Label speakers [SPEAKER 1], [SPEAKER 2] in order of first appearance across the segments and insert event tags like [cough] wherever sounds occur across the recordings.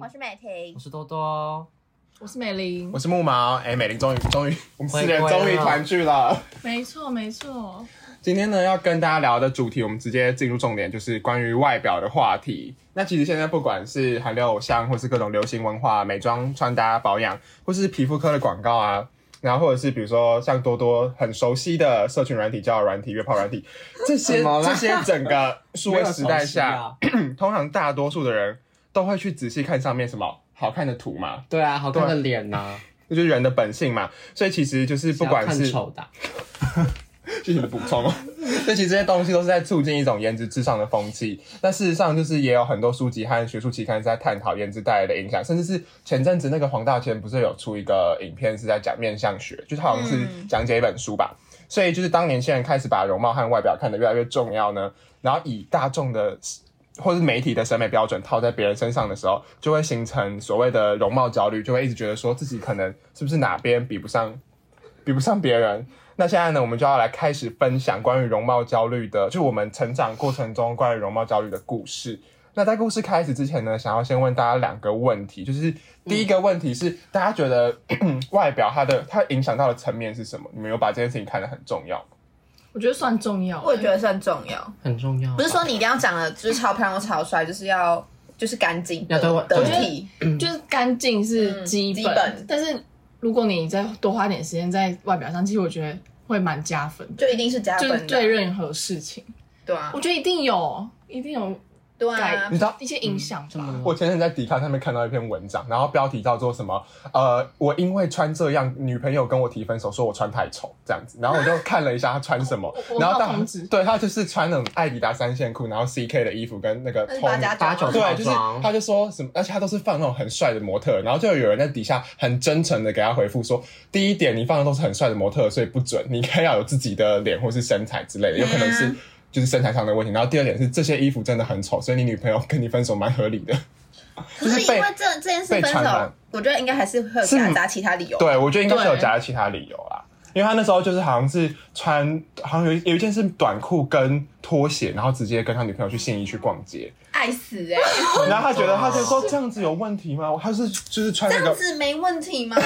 [SPEAKER 1] 我是美婷
[SPEAKER 2] 我，是多
[SPEAKER 3] 哦
[SPEAKER 2] 多，
[SPEAKER 4] 我是美玲
[SPEAKER 5] 我，是木毛，哎、美玲终于终于，我们四个人
[SPEAKER 2] 回归了
[SPEAKER 5] 终于团聚了。
[SPEAKER 4] 没错没错，
[SPEAKER 5] 今天呢，要跟大家聊的主题，我们直接进入重点，就是关于外表的话题。那其实现在不管是韩流偶像，或是各种流行文化、美妆、穿搭、保养，或是皮肤科的广告啊，然后或者是比如说像多多很熟悉的社群软体、交友软体、约炮软体，这些
[SPEAKER 3] 怎么了
[SPEAKER 5] 这些整个数位时代
[SPEAKER 3] 没有
[SPEAKER 5] 下，
[SPEAKER 3] 熟啊
[SPEAKER 5] 通常大多数的人都会去仔细看上面什么好看的图嘛，
[SPEAKER 3] 对啊，好看的脸呐、啊，
[SPEAKER 5] 这就是人的本性嘛。所以其实就是不管
[SPEAKER 3] 想
[SPEAKER 5] 是
[SPEAKER 3] 要看丑的啊，
[SPEAKER 5] 谢谢你的补 [laughs] 充。所以其实这些东西都是在促进一种颜值至上的风气。那事实上，就是也有很多书籍和学术期刊是在探讨颜值带来的影响，甚至是前阵子那个黄大千不是有出一个影片是在讲面相学，就是好像是讲解一本书吧。所以就是当年轻人开始把容貌和外表看得越来越重要呢，然后以大众的或是媒体的审美标准套在别人身上的时候，就会形成所谓的容貌焦虑，就会一直觉得说自己可能是不是哪边比不上，比不上别人。那现在呢，我们就要来开始分享关于容貌焦虑的，就我们成长过程中关于容貌焦虑的故事。那在故事开始之前呢，想要先问大家两个问题，就是第一个问题是，大家觉得 [clears throat] 外表它的它影响到的层面是什么？你们有把这件事情看得很重要吗？
[SPEAKER 4] 我觉得算重要、
[SPEAKER 1] 我也觉得是很重要，
[SPEAKER 3] 很重要啊。
[SPEAKER 1] 不是说你一定要长得就是超漂亮或超帅，就是要就是干净
[SPEAKER 3] 要对我
[SPEAKER 1] 得得
[SPEAKER 3] 对
[SPEAKER 1] 体，
[SPEAKER 5] 嗯
[SPEAKER 4] 就是干净是
[SPEAKER 1] 嗯
[SPEAKER 4] 基
[SPEAKER 1] 基
[SPEAKER 4] 本，
[SPEAKER 1] 本
[SPEAKER 4] 但是如果你再多花点时间在外表上，其实我觉得会蛮加分的，
[SPEAKER 1] 就一定是加
[SPEAKER 4] 就
[SPEAKER 1] 分
[SPEAKER 4] 是
[SPEAKER 1] 的，
[SPEAKER 4] 对任何事情，
[SPEAKER 1] 对啊
[SPEAKER 4] 我，觉得一定有，一定有
[SPEAKER 1] 对
[SPEAKER 4] 改
[SPEAKER 1] 啊
[SPEAKER 5] 你，知道
[SPEAKER 4] 一些影响
[SPEAKER 3] 这么
[SPEAKER 4] 吧。
[SPEAKER 5] 我前阵在迪卡上面看到一篇文章，然后标题叫做什么？呃，我因为穿这样，女朋友跟我提分手，说我穿太丑这样子。然后我就看了一下她穿什么
[SPEAKER 4] 我，我
[SPEAKER 5] 然后
[SPEAKER 4] 我
[SPEAKER 5] 她
[SPEAKER 4] 懂知
[SPEAKER 5] 对她就是穿那种艾迪达三线裤，然后 CK 的衣服跟那个
[SPEAKER 1] 那是
[SPEAKER 5] Tommy-
[SPEAKER 1] 八加
[SPEAKER 3] 八九
[SPEAKER 1] 九
[SPEAKER 3] 套
[SPEAKER 1] 啊，
[SPEAKER 5] 对，就是
[SPEAKER 3] 装
[SPEAKER 5] 他就说什么，而且他都是放那种很帅的模特，然后就有人在底下很真诚的给他回复说，第一点你放的都是很帅的模特，所以不准，你应该要有自己的脸或是身材之类的，有可能是
[SPEAKER 1] 嗯
[SPEAKER 5] 就是身材上的问题。然后第二点是这些衣服真的很丑，所以你女朋友跟你分手蛮合理的。 [laughs]
[SPEAKER 1] 不是因
[SPEAKER 5] 被
[SPEAKER 1] 为这这件事分
[SPEAKER 5] 被传
[SPEAKER 1] 手
[SPEAKER 5] 染，
[SPEAKER 1] 我觉得应该还是会有
[SPEAKER 5] 是
[SPEAKER 1] 夹杂其他理由，
[SPEAKER 5] 对，我觉得应该是有夹其他理由啦，因为他那时候就是好像是穿，好像有有一件是短裤跟拖鞋，然后直接跟他女朋友去信义去逛街，
[SPEAKER 1] 爱死哎、
[SPEAKER 5] 然后他觉得他就说这样子有问题吗？他是就是穿
[SPEAKER 1] 这
[SPEAKER 5] 那
[SPEAKER 1] 样
[SPEAKER 5] 个
[SPEAKER 1] 子没问题吗？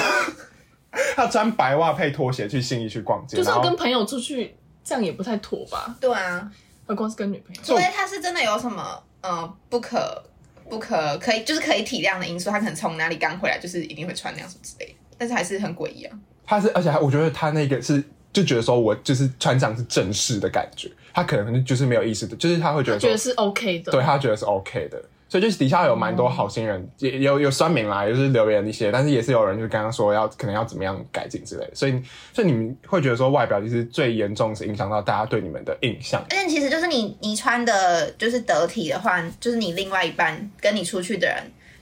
[SPEAKER 5] 他穿白袜配拖鞋去信义去逛街，
[SPEAKER 4] 就算
[SPEAKER 5] 然
[SPEAKER 4] 跟
[SPEAKER 5] 后
[SPEAKER 4] 朋友出去，这样也不太妥吧？
[SPEAKER 1] 对啊，
[SPEAKER 4] 何况是跟女朋友。
[SPEAKER 1] 除非他是真的有什么呃不可不可可以就是可以体谅的因素，他可能从哪里刚回来就是一定会穿那样什么之类的，但是还是很诡异啊。
[SPEAKER 5] 他是，而且还我觉得他那个是就觉得说我就是穿这样是正式的感觉，他可能就是没有意识的，就是他会觉
[SPEAKER 4] 他
[SPEAKER 5] 得
[SPEAKER 4] 觉
[SPEAKER 5] 说
[SPEAKER 4] 得是 OK 的，哦
[SPEAKER 5] 对他觉得是 OK 的。所以就是底下有蛮多好心人，也也有有酸民啦，就是留言一些，但是也是有人就刚刚说要可能要怎么样改进之类的。所以所以你们会觉得说外表其实最严重是影响到大家对你们的印象。
[SPEAKER 1] 而且其实就是你你穿的就是得体的话，就是你另外一半跟你出去的人，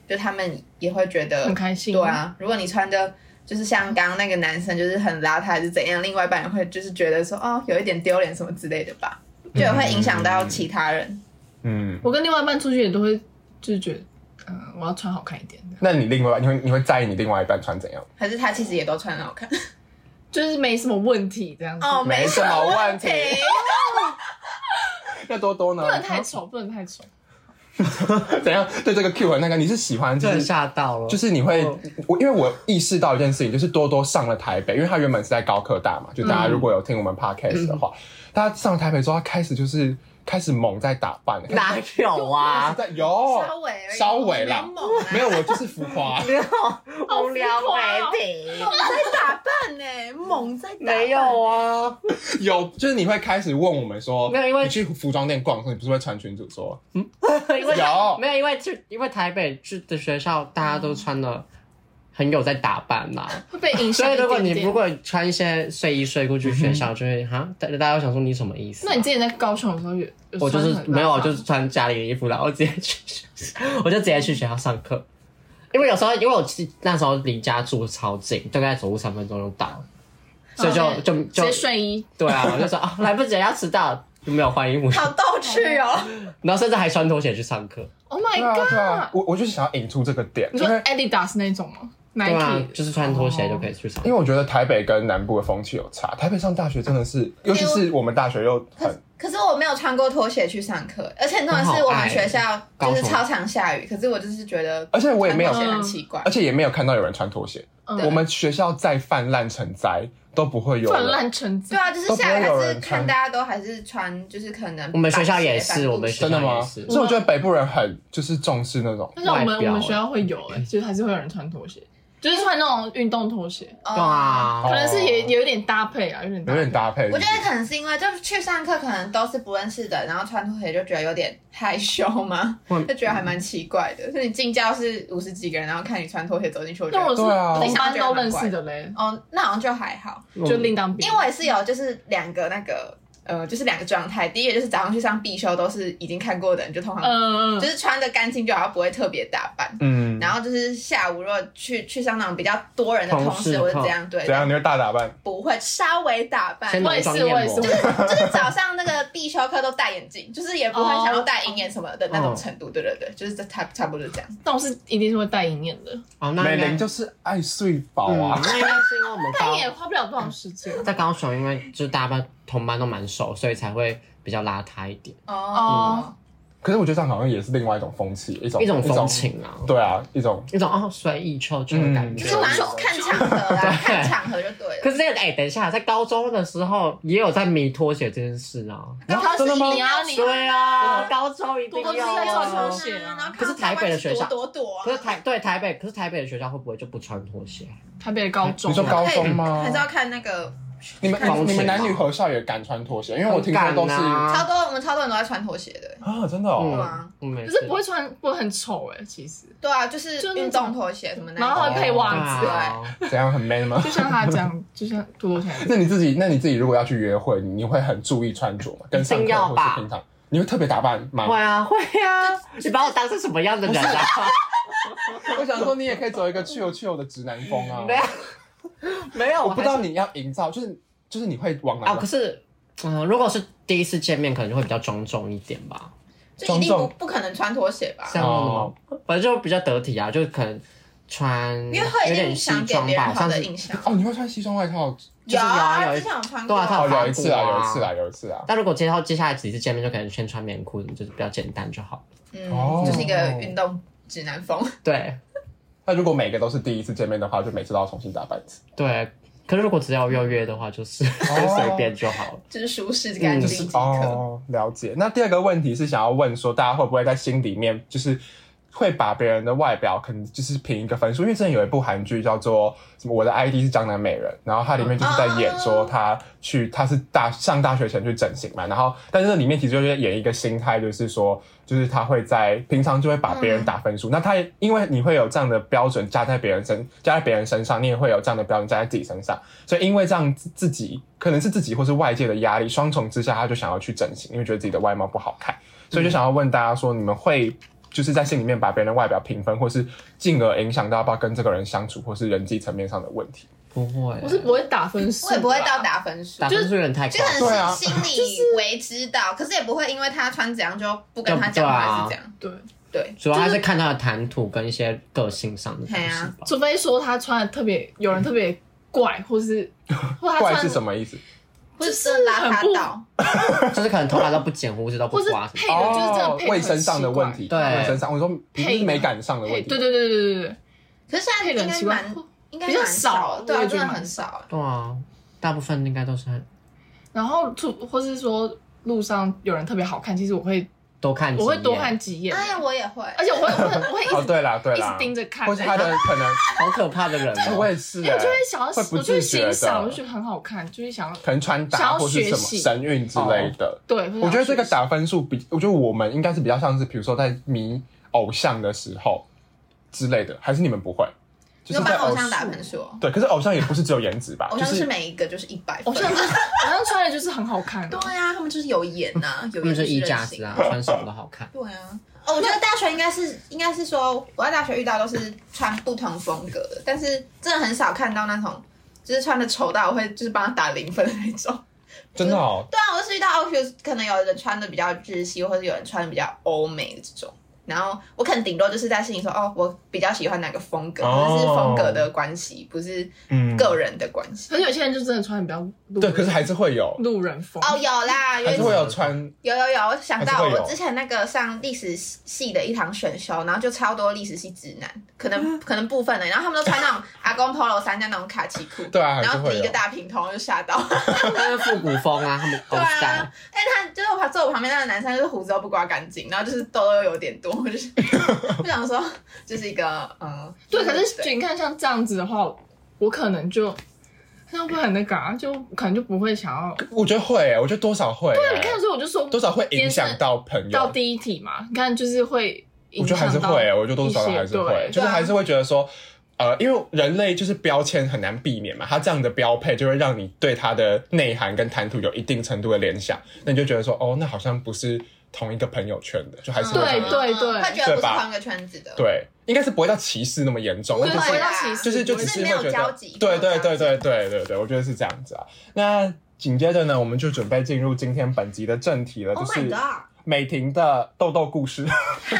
[SPEAKER 1] 就他们也会觉得
[SPEAKER 4] 很开心
[SPEAKER 1] 对啊，如果你穿的。就是像刚刚那个男生，就是很邋遢，还是怎样？另外一半也会就是觉得说，哦，有一点丢脸什么之类的吧，就也会影响到其他人。
[SPEAKER 5] 嗯，
[SPEAKER 4] 我跟另外一半出去也都会，就是觉得，嗯、我要穿好看一点的，
[SPEAKER 5] 那你另外你会你会在意你另外一半穿怎样？
[SPEAKER 1] 还是他其实也都穿很好看。
[SPEAKER 4] 就是没什么问题这样子。
[SPEAKER 1] 哦，
[SPEAKER 5] 没什么问题
[SPEAKER 1] 没什么问
[SPEAKER 5] 那多多呢？
[SPEAKER 4] 不能
[SPEAKER 3] 啊
[SPEAKER 4] 太丑，不能太丑。
[SPEAKER 5] [laughs] 怎样？对这个 Q 和那个，你是喜欢就
[SPEAKER 3] 这
[SPEAKER 5] 是
[SPEAKER 3] 吓到了，
[SPEAKER 5] 就是你会
[SPEAKER 3] 哦，
[SPEAKER 5] 我因为我意识到一件事情，就是多多上了台北，因为他原本是在高科大嘛，就大
[SPEAKER 3] 嗯
[SPEAKER 5] 家如果有听我们 podcast 的话，他上了台北之后，他开始就是开始猛在打扮，
[SPEAKER 3] 哪
[SPEAKER 5] [laughs]
[SPEAKER 3] 有啊？
[SPEAKER 5] 在有
[SPEAKER 1] 稍微而已
[SPEAKER 5] 哦稍微啦
[SPEAKER 1] 没有猛啊，
[SPEAKER 5] 没有我就是浮夸，
[SPEAKER 3] 没有，
[SPEAKER 4] 好
[SPEAKER 3] 无
[SPEAKER 4] 浮
[SPEAKER 3] 聊
[SPEAKER 4] 夸哦
[SPEAKER 3] 没品，
[SPEAKER 1] 猛在打扮呢、猛在打扮
[SPEAKER 3] 没有啊？
[SPEAKER 5] 有就是你会开始问我们说，
[SPEAKER 3] 没有因为
[SPEAKER 5] 你去服装店逛的时候，你不是会传群主说
[SPEAKER 3] [laughs] 因为，Oh
[SPEAKER 5] 有
[SPEAKER 3] 没有？因为去因为台北去的学校，大家都穿的很有在打扮嘛。
[SPEAKER 4] 会被影响
[SPEAKER 3] 所
[SPEAKER 4] 一
[SPEAKER 3] 以如果
[SPEAKER 4] 点
[SPEAKER 3] 你
[SPEAKER 4] 点。
[SPEAKER 3] 如果穿一些睡衣睡裤去学校，就会哈，大大家会想说你什么意思啊？
[SPEAKER 4] 那你之前在高雄的时候有，有
[SPEAKER 3] 我就
[SPEAKER 4] 穿
[SPEAKER 3] 是
[SPEAKER 4] 很
[SPEAKER 3] 没有，
[SPEAKER 4] 辣
[SPEAKER 3] 我
[SPEAKER 4] 吗
[SPEAKER 3] 就是穿家里的衣服，然后直接去， [laughs] 我就直接去学校上课。因为有时候，因为我自己那时候离家住超近，大概走路三分钟就到了，所以就
[SPEAKER 4] 哦
[SPEAKER 3] 就
[SPEAKER 4] 直
[SPEAKER 3] 就
[SPEAKER 4] 接睡衣，
[SPEAKER 3] 对啊，我就说啊、来不及了，要迟到了，就没有换衣服，
[SPEAKER 1] 好逗趣哦！
[SPEAKER 3] 然后甚至还穿拖鞋去上课，
[SPEAKER 4] Oh
[SPEAKER 5] 对啊
[SPEAKER 4] my
[SPEAKER 5] 对啊，
[SPEAKER 4] god！
[SPEAKER 5] 我我就是想要引出这个点，
[SPEAKER 4] 你
[SPEAKER 5] 因
[SPEAKER 4] 说
[SPEAKER 5] 为
[SPEAKER 4] Adidas 那种吗
[SPEAKER 3] 对啊
[SPEAKER 4] ？Nike，，
[SPEAKER 3] 就是穿拖鞋就可以去上
[SPEAKER 5] 因
[SPEAKER 3] 课。
[SPEAKER 5] 为我觉得台北跟南部的风气有差，台北上大学真的是，尤其是我们大学又很
[SPEAKER 1] 可是我没有穿过拖鞋去上课，而且那种是我们学校
[SPEAKER 3] 很好爱
[SPEAKER 1] 就是超常下雨，可是我就是觉得
[SPEAKER 5] 哎而且我也没有
[SPEAKER 1] 穿拖鞋很奇怪
[SPEAKER 5] 而。且也没有看到有人穿拖鞋。
[SPEAKER 4] 嗯
[SPEAKER 5] 我们学校再泛滥成灾都不会有
[SPEAKER 4] 泛
[SPEAKER 5] 人，
[SPEAKER 4] 滥成灾
[SPEAKER 1] 对。啊，就是下雨
[SPEAKER 5] 都不会有
[SPEAKER 1] 还是
[SPEAKER 5] 人穿
[SPEAKER 1] 看大家都还是穿，就是可能
[SPEAKER 3] 我们学校
[SPEAKER 1] 板鞋
[SPEAKER 3] 也是
[SPEAKER 1] 板
[SPEAKER 3] 我们
[SPEAKER 1] 布鞋
[SPEAKER 3] 学
[SPEAKER 5] 真的吗？
[SPEAKER 3] 学校也是
[SPEAKER 5] 所以我觉得北部人很就是重视那种，
[SPEAKER 4] 但是我
[SPEAKER 3] 外
[SPEAKER 4] 们
[SPEAKER 3] 表
[SPEAKER 4] 我们学校会有哎、就是还是会有人穿拖鞋，就是穿那种运动拖鞋，
[SPEAKER 1] 哦
[SPEAKER 3] 对啊，
[SPEAKER 4] 可能是也也有点搭配啊，有点搭
[SPEAKER 5] 有
[SPEAKER 4] 配
[SPEAKER 5] 点搭配。
[SPEAKER 1] 我觉得可能是因为就是去上课，可能都是不认识的，然后穿拖鞋就觉得有点害羞嘛
[SPEAKER 3] 我，
[SPEAKER 1] 就觉得还蛮奇怪的。就是你进教室五十几个人，然后看你穿拖鞋走进去，我觉
[SPEAKER 4] 但我
[SPEAKER 1] 得
[SPEAKER 4] 是
[SPEAKER 5] 对啊
[SPEAKER 4] 同班都认识的嘞，
[SPEAKER 1] 哦，那好像就还好，
[SPEAKER 3] 啊
[SPEAKER 4] 就另当别
[SPEAKER 1] 因为我也是有就是两个那个呃，就是两个状态。第一个就是早上去上必修，都是已经看过的人，就通常、
[SPEAKER 4] 嗯嗯
[SPEAKER 1] 就是穿的干净就好，不会特别打扮。
[SPEAKER 5] 嗯，
[SPEAKER 1] 然后就是下午如果去去上那种比较多人的
[SPEAKER 3] 同
[SPEAKER 1] 通识
[SPEAKER 3] 事
[SPEAKER 1] 或者
[SPEAKER 3] 课
[SPEAKER 1] 这样，对
[SPEAKER 5] 怎，样？你会大打扮？
[SPEAKER 1] 不会稍微打扮，
[SPEAKER 3] 先
[SPEAKER 4] 我也是
[SPEAKER 3] 浓妆艳
[SPEAKER 4] 我也是 [laughs]
[SPEAKER 3] 抹，
[SPEAKER 1] 就是早上那个必修课都戴眼镜，就是也不会想要戴银眼什么的那种程度。对对对，就是差差不多就这样。
[SPEAKER 4] 但我是一定是会戴银眼的，
[SPEAKER 3] 哦，那
[SPEAKER 5] 美
[SPEAKER 3] 应该
[SPEAKER 5] 玲就是爱睡饱
[SPEAKER 3] 嗯，
[SPEAKER 5] 啊，
[SPEAKER 3] 那应该是因为我们
[SPEAKER 4] 戴
[SPEAKER 3] 高
[SPEAKER 4] 银眼花不了多少时间。
[SPEAKER 3] 在高雄，因为就是大班同班都蛮熟，所以才会比较邋遢一点，
[SPEAKER 1] 哦，
[SPEAKER 5] 可是我觉得这样好像也是另外一种风气，一种
[SPEAKER 3] 一种风，情啊，
[SPEAKER 5] 对啊，一种
[SPEAKER 3] 一种哦随意求救的感
[SPEAKER 5] 嗯
[SPEAKER 3] 觉。
[SPEAKER 1] 就是蛮看场合啦，看场合就对了。
[SPEAKER 3] 可是这个哎、等一下，在高中的时候也有在迷拖鞋这件事啊。
[SPEAKER 1] 然后
[SPEAKER 5] 真的吗
[SPEAKER 1] 你要你
[SPEAKER 3] 对啊，高中一定
[SPEAKER 4] 嗯多多
[SPEAKER 3] 要
[SPEAKER 4] 少少
[SPEAKER 3] 啊
[SPEAKER 4] 穿拖。鞋啊
[SPEAKER 1] 然后
[SPEAKER 3] 可是台北的学校
[SPEAKER 1] 朵朵，
[SPEAKER 3] 可是台对台北，可是台北的学校会不会就不穿拖鞋？
[SPEAKER 4] 台北的高中
[SPEAKER 5] 你说高中吗
[SPEAKER 1] 还是？要看那个
[SPEAKER 5] 你们
[SPEAKER 3] 风情
[SPEAKER 5] 你们男女合校也敢穿拖鞋？因为我听说都是
[SPEAKER 3] 很敢啊
[SPEAKER 1] 超多，我们超多人都在穿拖鞋的。
[SPEAKER 5] 啊，真的哦，
[SPEAKER 1] 啊
[SPEAKER 3] 嗯，可
[SPEAKER 4] 可是不会穿，不会很丑哎、其实
[SPEAKER 1] 对啊，就是
[SPEAKER 4] 就是那种
[SPEAKER 1] 运动拖鞋什么那
[SPEAKER 4] 然后
[SPEAKER 1] 种。
[SPEAKER 4] 会配袜子，
[SPEAKER 3] 啊
[SPEAKER 4] 哎
[SPEAKER 5] 怎样很 man 吗
[SPEAKER 4] 就？像他
[SPEAKER 5] [laughs]
[SPEAKER 4] 这样，就像多多现在
[SPEAKER 5] 那你自己，那你自己如果要去约会，你会很注意穿着吗？跟上
[SPEAKER 3] 一
[SPEAKER 5] 课
[SPEAKER 3] 定要
[SPEAKER 5] 或
[SPEAKER 3] 吧
[SPEAKER 5] 是平常，你会特别打扮吗？
[SPEAKER 3] 会啊会啊，你把我当成什么样的人啊？
[SPEAKER 5] 我想说，你也可以走一个去油去油的直男风啊。
[SPEAKER 3] 没有 [laughs] 没有，
[SPEAKER 5] 我
[SPEAKER 3] 还
[SPEAKER 5] 不知道你要营造，就是就是你会往哪
[SPEAKER 3] 啊，
[SPEAKER 5] 个
[SPEAKER 3] 可是，嗯、如果是第一次见面，可能就会比较庄重一点吧，
[SPEAKER 1] 就一定不不可能穿拖鞋吧？
[SPEAKER 3] 这样子吗？反正就比较得体啊，就可能穿
[SPEAKER 1] 因为会
[SPEAKER 3] 有
[SPEAKER 1] 一
[SPEAKER 3] 点
[SPEAKER 1] 定
[SPEAKER 3] 西
[SPEAKER 1] 想给
[SPEAKER 3] 装
[SPEAKER 1] 别
[SPEAKER 3] 吧，
[SPEAKER 1] 人好
[SPEAKER 3] 好像
[SPEAKER 1] 的
[SPEAKER 3] 是。
[SPEAKER 1] 印象。
[SPEAKER 5] 哦，你会穿西装外套？
[SPEAKER 3] 就是有啊有
[SPEAKER 1] 之前有穿
[SPEAKER 3] 对
[SPEAKER 1] 过
[SPEAKER 3] 啊，他
[SPEAKER 5] 哦，有一次啊，
[SPEAKER 3] 复古
[SPEAKER 5] 有
[SPEAKER 3] 啊
[SPEAKER 5] 一次啊，有一次啊。
[SPEAKER 3] 但如果接到接下来几次见面，就可能先穿棉裤，就是比较简单就好。
[SPEAKER 5] 哦
[SPEAKER 1] 嗯，就是一个运动指南风。 [laughs]
[SPEAKER 3] 对
[SPEAKER 5] 那如果每个都是第一次见面的话，就每次都要重新打扮一次，
[SPEAKER 3] 对，可是如果只要邀约的话，就是 [laughs] 就随便就好了。
[SPEAKER 1] 就是舒适干
[SPEAKER 3] 嗯
[SPEAKER 1] 净
[SPEAKER 3] 就
[SPEAKER 1] 即可。
[SPEAKER 5] 哦，了解。那第二个问题是想要问说，大家会不会在心里面就是会把别人的外表可能就是评一个分数？因为之前有一部韩剧叫做什么《我的 ID 是江南美人》，然后它里面就是在演说她去，她是大上大学前去整形嘛，然后但是那里面其实就是演一个心态，就是说。就是她会在平常就会把别
[SPEAKER 4] 嗯
[SPEAKER 5] 人打分数，那她也因为你会有这样的标准加在别人身加在别人身上，你也会有这样的标准加在自己身上，所以因为这样自自己可能是自己或是外界的压力双重之下，他就想要去整形，因为觉得自己的外貌不好看，所
[SPEAKER 4] 嗯
[SPEAKER 5] 以就想要问大家说，你们会就是在心里面把别人的外表评分，或是进而影响到要不要跟这个人相处，或是人际层面上的问题？
[SPEAKER 3] 不会，
[SPEAKER 4] 我是不会打分数，啊
[SPEAKER 1] 我也不会到，打分数
[SPEAKER 3] 打，分数有点太高
[SPEAKER 1] 就，可
[SPEAKER 5] 对
[SPEAKER 1] 能
[SPEAKER 5] 啊
[SPEAKER 1] 是心里为之道，可是也不会因为他穿怎样就不跟他讲话，还是这样。
[SPEAKER 4] 对，
[SPEAKER 1] 对，
[SPEAKER 3] 主要还是看他的谈吐跟一些个性上的东
[SPEAKER 1] 嘿
[SPEAKER 3] 西 [laughs]
[SPEAKER 1] 啊
[SPEAKER 3] 吧。
[SPEAKER 4] 除非说他穿的特别，有人特别怪，或
[SPEAKER 5] [laughs]
[SPEAKER 4] 是或他
[SPEAKER 5] 怪
[SPEAKER 4] 穿
[SPEAKER 5] 是什么意思？
[SPEAKER 1] 或者是邋
[SPEAKER 4] 很不
[SPEAKER 1] 遢到，
[SPEAKER 3] 就是可能头发都不剪，胡子都不
[SPEAKER 4] 或是
[SPEAKER 3] 刮什么的。
[SPEAKER 4] 配的就是真的配得很
[SPEAKER 5] 哦卫生上的问题，
[SPEAKER 3] 奇怪对
[SPEAKER 5] 卫生上，我说你是美感上的问
[SPEAKER 4] 嘿
[SPEAKER 5] 题，
[SPEAKER 4] 对对对对对对，
[SPEAKER 1] 可是现在
[SPEAKER 4] 配的
[SPEAKER 1] 应
[SPEAKER 4] 很
[SPEAKER 1] 该
[SPEAKER 4] 奇怪
[SPEAKER 1] 蛮。应该
[SPEAKER 4] 比较
[SPEAKER 1] 蛮
[SPEAKER 4] 少
[SPEAKER 1] 对
[SPEAKER 4] 我
[SPEAKER 1] 啊，
[SPEAKER 4] 也觉
[SPEAKER 1] 真
[SPEAKER 4] 得
[SPEAKER 1] 的
[SPEAKER 4] 蛮
[SPEAKER 1] 很少。
[SPEAKER 3] 对啊，大部分应该都是很
[SPEAKER 4] 然后出或是说路上有人特别好看，其实我会
[SPEAKER 3] 多看几
[SPEAKER 4] 我
[SPEAKER 3] 眼，
[SPEAKER 4] 会多看几眼，
[SPEAKER 1] 哎，我也会，
[SPEAKER 4] 而且我会我会我会一
[SPEAKER 5] 哦，
[SPEAKER 4] 直
[SPEAKER 5] 对啦对
[SPEAKER 4] 一
[SPEAKER 5] 啦
[SPEAKER 4] 直，盯着看，
[SPEAKER 5] 或是他的可能，
[SPEAKER 3] 好可怕的人哦、
[SPEAKER 1] [laughs]
[SPEAKER 5] 哎我也是、
[SPEAKER 4] 因
[SPEAKER 5] 欸，
[SPEAKER 4] 为我就会想要，
[SPEAKER 5] 会不
[SPEAKER 4] 我就
[SPEAKER 5] 自
[SPEAKER 4] 会
[SPEAKER 5] 觉
[SPEAKER 4] 欣赏，我
[SPEAKER 5] 的
[SPEAKER 4] 就，觉得很好看，就是想要
[SPEAKER 5] 可能穿
[SPEAKER 4] 想
[SPEAKER 5] 搭
[SPEAKER 4] 要
[SPEAKER 5] 或是
[SPEAKER 4] 学
[SPEAKER 5] 什么
[SPEAKER 4] 习
[SPEAKER 5] 神韵之类的。
[SPEAKER 1] 哦
[SPEAKER 4] 对。
[SPEAKER 1] 嗯
[SPEAKER 4] 会
[SPEAKER 5] 我觉得这
[SPEAKER 4] 想
[SPEAKER 5] 个
[SPEAKER 4] 要
[SPEAKER 5] 打分数比，我觉得我们应该是比较像是，比如说在迷偶像的时候之类的，还是你们不会？就
[SPEAKER 1] 你
[SPEAKER 5] 是
[SPEAKER 1] 就
[SPEAKER 5] 在
[SPEAKER 1] 帮偶像打分数
[SPEAKER 5] 数。
[SPEAKER 1] 哦，
[SPEAKER 5] 对，可是偶像也不是只有颜值吧？
[SPEAKER 1] 偶
[SPEAKER 5] 就
[SPEAKER 1] 像是
[SPEAKER 5] 是
[SPEAKER 1] 每一个就是一百分
[SPEAKER 4] 偶。像就是偶像穿的就是很好看啊，
[SPEAKER 1] [laughs] 对啊，他们就是有颜呐，有
[SPEAKER 3] 他们
[SPEAKER 1] 颜
[SPEAKER 3] 就
[SPEAKER 1] 是
[SPEAKER 3] 是衣
[SPEAKER 1] 任
[SPEAKER 3] 架
[SPEAKER 1] 性
[SPEAKER 3] 子啊，穿什么都好看。
[SPEAKER 1] 对啊，哦，我觉得大学应该是应该是说，我在大学遇到都是穿不同风格的，但是真的很少看到那种就是穿的丑到我会就是帮他打零分的那种。
[SPEAKER 5] 真的哦，
[SPEAKER 1] 对啊，我就是遇到 o 学，可能有人穿的比较日系，或者有人穿的比较欧美的这种。然后我可能顶多就是在心里说，哦，我比较喜欢哪个风格，
[SPEAKER 5] 哦
[SPEAKER 1] 这是风格的关系，不是
[SPEAKER 5] 嗯，
[SPEAKER 1] 个人的关系。
[SPEAKER 4] 可是有些人就真的穿的比较路人
[SPEAKER 5] 对，可是还是会有，
[SPEAKER 4] 路人风
[SPEAKER 1] 哦，有啦，有
[SPEAKER 5] 还
[SPEAKER 1] 一
[SPEAKER 5] 是
[SPEAKER 1] 次
[SPEAKER 5] 会有穿
[SPEAKER 1] 有有有，我想到
[SPEAKER 5] 还是会有
[SPEAKER 1] 我之前那个上历史系的一堂选修，然后就超多历史系直男，可
[SPEAKER 5] 嗯
[SPEAKER 1] 能可能部分的，然后他们都穿那种阿公 polo 衫加那种卡其裤，
[SPEAKER 5] 对啊还是
[SPEAKER 1] 然后
[SPEAKER 5] 会
[SPEAKER 1] 提一个
[SPEAKER 5] 有
[SPEAKER 1] 大平头我就吓到，
[SPEAKER 3] 他们复古风啊，他们
[SPEAKER 1] 对
[SPEAKER 3] old
[SPEAKER 1] 啊
[SPEAKER 3] style，，
[SPEAKER 1] 哎，他就是我坐我旁边那个男生，就是胡子都不刮干净，然后就是痘痘有点多，我
[SPEAKER 5] [laughs]
[SPEAKER 1] 就是我想说，就是一个嗯，
[SPEAKER 4] 对，可是你看像这样子的话，我可能就那会很那个、啊，就可能就不会想要。
[SPEAKER 5] 我觉得会、我觉得多少会、啊
[SPEAKER 1] 啊
[SPEAKER 4] 你看，所以我就说
[SPEAKER 5] 多少会影响到朋
[SPEAKER 4] 到
[SPEAKER 5] 友。啊
[SPEAKER 4] 第一题嘛，你看就是会
[SPEAKER 5] 我
[SPEAKER 4] 影
[SPEAKER 5] 觉得还是
[SPEAKER 4] 响到
[SPEAKER 5] 会、哦我觉得多多少少还是
[SPEAKER 4] 一
[SPEAKER 5] 会
[SPEAKER 4] 些，
[SPEAKER 1] 啊
[SPEAKER 5] 就是还是会觉得说，呃，因为人类就是标签很难避免嘛，他这样的标配就会让你对他的内涵跟谈吐有一定程度的联想，那你就觉得说，哦，那好像不是同一个朋友圈的，就还是
[SPEAKER 1] 嗯
[SPEAKER 5] 会觉
[SPEAKER 4] 对
[SPEAKER 5] 得
[SPEAKER 4] 对
[SPEAKER 1] 会觉得不
[SPEAKER 5] 对
[SPEAKER 1] 是
[SPEAKER 5] 吧
[SPEAKER 1] 同一个圈子的，
[SPEAKER 5] 对，应该是不会到歧视那么严重，
[SPEAKER 4] 不
[SPEAKER 5] 那
[SPEAKER 4] 会
[SPEAKER 5] 就是
[SPEAKER 1] 对
[SPEAKER 4] 到
[SPEAKER 1] 啦
[SPEAKER 4] 歧视，
[SPEAKER 5] 就是就
[SPEAKER 1] 不
[SPEAKER 5] 只
[SPEAKER 1] 是
[SPEAKER 5] 是
[SPEAKER 1] 没
[SPEAKER 5] 会
[SPEAKER 1] 有
[SPEAKER 5] 觉得，
[SPEAKER 1] 交集
[SPEAKER 5] 对
[SPEAKER 1] 没有
[SPEAKER 5] 对对
[SPEAKER 1] 交
[SPEAKER 5] 对对对对，我觉得是这样子啊。那紧接着呢，我们就准备进入今天本集的正题了，就
[SPEAKER 1] Oh my
[SPEAKER 5] 是
[SPEAKER 1] god！
[SPEAKER 5] 美婷的豆豆故事。 [laughs]
[SPEAKER 1] 嗨，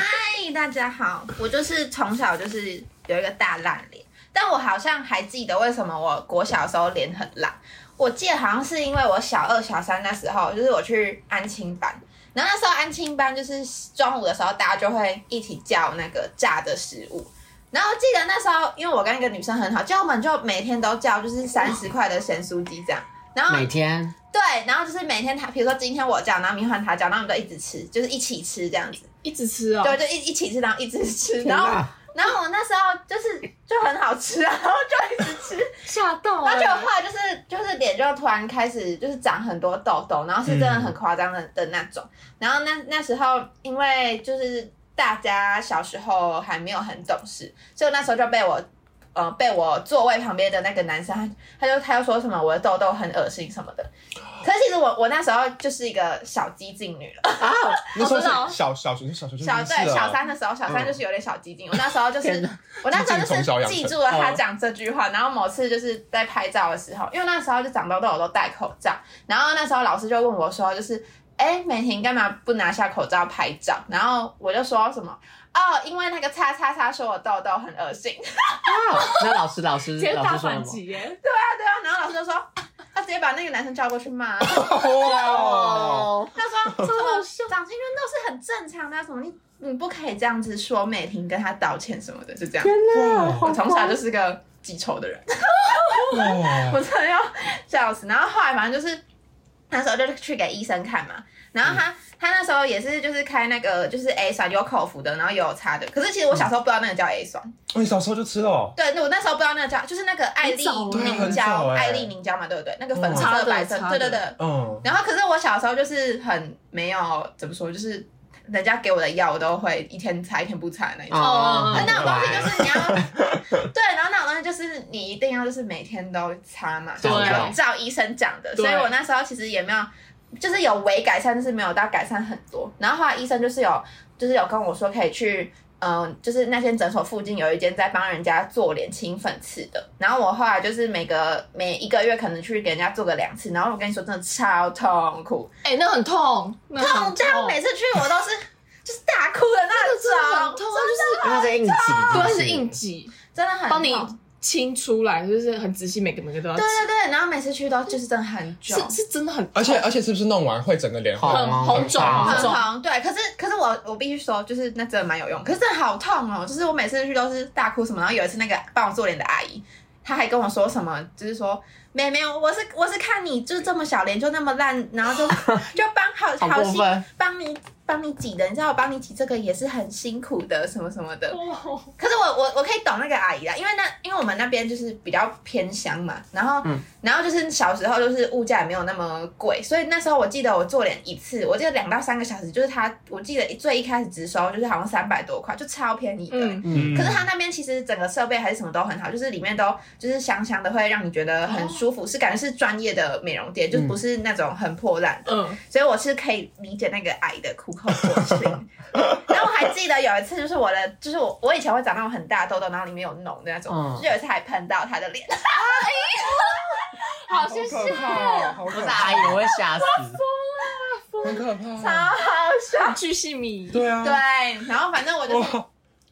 [SPEAKER 1] 大家好，我就是从小就是有一个大烂脸，但我好像还记得为什么我国小的时候脸很烂。我记得好像是因为我小二、小三那时候，就是我去安亲班，然后那时候安亲班就是中午的时候，大家就会一起叫那个炸的食物。然后我记得那时候，因为我跟一个女生很好，就我们就每天都叫就是三十块的咸酥鸡这样。然后
[SPEAKER 3] 每天
[SPEAKER 1] 对，然后就是每天他，比如说今天我叫，然后明天换他叫，然后我们就一直吃，就是一起吃这样子。
[SPEAKER 4] 一直吃哦，
[SPEAKER 1] 对，就一一起吃，然后一直吃，
[SPEAKER 3] 天
[SPEAKER 1] 然后
[SPEAKER 3] 哪
[SPEAKER 1] 然后我那时候就是就很好吃啊，然 [laughs] 后就一直
[SPEAKER 3] [laughs]
[SPEAKER 1] 吃，
[SPEAKER 4] 吓到、
[SPEAKER 1] 然后就
[SPEAKER 4] 欸，
[SPEAKER 1] 后来就是就是脸就突然开始就是长很多痘痘，然后是真的
[SPEAKER 3] 嗯
[SPEAKER 1] 很夸张的、的那种。然后那那时候因为就是大家小时候还没有很懂事，所以那时候就被我。呃，被我座位旁边的那个男生，他他就他就说什么我的痘痘很恶心什么的，可是其实我我那时候就是一个小激进女了。
[SPEAKER 5] 那时候
[SPEAKER 4] 真的哦
[SPEAKER 5] 是小小学，小学就
[SPEAKER 1] 小
[SPEAKER 5] 认识
[SPEAKER 1] 对
[SPEAKER 5] 了哦
[SPEAKER 1] 小三的时候，小三就是有点小激进。我那时候就是，我那时候
[SPEAKER 5] 嗯激进从小
[SPEAKER 1] 就是
[SPEAKER 5] 养成哦
[SPEAKER 1] 记住了他讲这句话。然后某次就是在拍照的时候，因为那时候就长痘痘，我都戴口罩。然后那时候老师就问我说，就是哎，美婷干嘛不拿下口罩拍照？然后我就说什么哦，因为那个叉叉叉说我痘痘很恶心。 [laughs]
[SPEAKER 3] 啊，那老师老师
[SPEAKER 4] 直接
[SPEAKER 3] 老
[SPEAKER 4] 大
[SPEAKER 3] 师说什
[SPEAKER 4] 反
[SPEAKER 3] 么？
[SPEAKER 4] 击耶，
[SPEAKER 1] 对啊对啊，然后老师就说。他直接把那个男生叫过去骂，他 [laughs] 说
[SPEAKER 5] 哦哇，
[SPEAKER 1] 什么长青春痘是很正常的啊，什么你你不可以这样子说美婷，跟他道歉什么的，就这样。
[SPEAKER 5] 哇
[SPEAKER 1] 我从小就是个记仇的人， [laughs]
[SPEAKER 5] 哇
[SPEAKER 1] 我
[SPEAKER 5] 哦 [laughs]
[SPEAKER 1] 真的要笑死。然后后来反正就是那时候就去给医生看嘛，然后他、
[SPEAKER 4] 嗯
[SPEAKER 1] 他那时候也是就是开那个就是 A 酸有口服的，然后也有擦的。可是其实我小时候不知道那个叫 A 酸，
[SPEAKER 5] 你小时候就吃了哦，
[SPEAKER 1] 对，那我那时候不知道那个叫就是那个艾
[SPEAKER 4] 很
[SPEAKER 1] 丽
[SPEAKER 4] 早欸
[SPEAKER 1] 凝
[SPEAKER 5] 很
[SPEAKER 1] 胶，
[SPEAKER 5] 早欸
[SPEAKER 1] 艾丽凝胶嘛，对不对？那个粉
[SPEAKER 5] 嗯
[SPEAKER 1] 红
[SPEAKER 4] 擦
[SPEAKER 1] 色
[SPEAKER 4] 的
[SPEAKER 1] 白色，
[SPEAKER 4] 擦
[SPEAKER 1] 对
[SPEAKER 4] 的
[SPEAKER 1] 对对。
[SPEAKER 5] 嗯，
[SPEAKER 1] 然后可是我小时候就是很没有怎么说，就是人家给我的药我都会一天擦一天不擦的那一种。
[SPEAKER 3] 哦
[SPEAKER 4] 嗯
[SPEAKER 1] 那种东西
[SPEAKER 3] 对
[SPEAKER 1] 就是你要 [laughs] 对，然后那种东西就是你一定要就是每天都擦嘛，
[SPEAKER 3] 对
[SPEAKER 1] 就是要照医生讲的。
[SPEAKER 4] 对
[SPEAKER 1] 所以我那时候其实也没有，就是有微改善，但是没有到改善很多。然后后来医生就是有就是有跟我说可以去。嗯，就是那间诊所附近有一间在帮人家做脸清粉刺的，然后我后来就是每个每一个月可能去给人家做个两次，然后我跟你说真的超痛苦，
[SPEAKER 4] 哎、那很痛，那很
[SPEAKER 1] 痛到每次去我都是 [laughs] 就是大哭的那种，
[SPEAKER 4] 很痛，就是
[SPEAKER 3] 因为它是应急，
[SPEAKER 4] 对，啊
[SPEAKER 3] 就
[SPEAKER 4] 它是应急，
[SPEAKER 1] 真的很
[SPEAKER 4] 帮你
[SPEAKER 1] 痛
[SPEAKER 4] 清出来，就是很仔细，每个每个都要
[SPEAKER 1] 对对对，然后每次去都就是真的很久
[SPEAKER 4] 啊是，是真的很痛，
[SPEAKER 5] 而且而哦且是不是弄完会整个脸
[SPEAKER 3] 好
[SPEAKER 5] 红？
[SPEAKER 4] 很红肿，
[SPEAKER 3] 很
[SPEAKER 1] 很
[SPEAKER 4] 红肿。
[SPEAKER 1] 红。对，可是可是我我必须说，就是那真的蛮有用，可是真的好痛哦，就是我每次去都是大哭什么，然后有一次那个帮我做脸的阿姨。她还跟我说什么，就是说，妹妹，我是我是看你就是这么小脸就那么烂，然 [laughs] 后就就帮好
[SPEAKER 3] 好
[SPEAKER 1] 好
[SPEAKER 3] 过
[SPEAKER 1] 心
[SPEAKER 3] 分
[SPEAKER 1] 帮你帮你挤的，你知道我帮你挤这个也是很辛苦的，什么什么的。
[SPEAKER 4] 哇
[SPEAKER 1] 可是我我我可以懂那个阿姨啦，因为那因为我们那边就是比较偏乡嘛，然后、
[SPEAKER 3] 嗯
[SPEAKER 1] 然后就是小时候就是物价也没有那么贵，所以那时候我记得我做脸一次，我记得两到三个小时，就是他我记得最一开始直收就是好像三百多块，就超便宜的。
[SPEAKER 4] 嗯，
[SPEAKER 5] 嗯
[SPEAKER 1] 可是他那边其实整个设备还是什么都很好，就是里面都就是香香的，会让你觉得很舒服，是感觉是专业的美容店，就是不是那种很破烂的。
[SPEAKER 4] 嗯，
[SPEAKER 1] 所以我是可以理解那个矮的苦口婆心。然后我还记得有一次，就是我的，就是我我以前会长那种很大的痘痘，然后里面有脓的那种，
[SPEAKER 3] 嗯
[SPEAKER 1] 就是有一次还喷到他的脸，
[SPEAKER 4] 好，谢谢。
[SPEAKER 5] 好可怕哦，好
[SPEAKER 3] 我
[SPEAKER 5] 可
[SPEAKER 3] 是
[SPEAKER 5] 怕
[SPEAKER 3] 阿姨，我会吓死。
[SPEAKER 4] 疯
[SPEAKER 5] 很可
[SPEAKER 1] 哦超
[SPEAKER 5] 怕。
[SPEAKER 1] 好笑。
[SPEAKER 4] 巨细迷，
[SPEAKER 5] 对啊，
[SPEAKER 1] 对，然后反正我就是
[SPEAKER 5] 哇，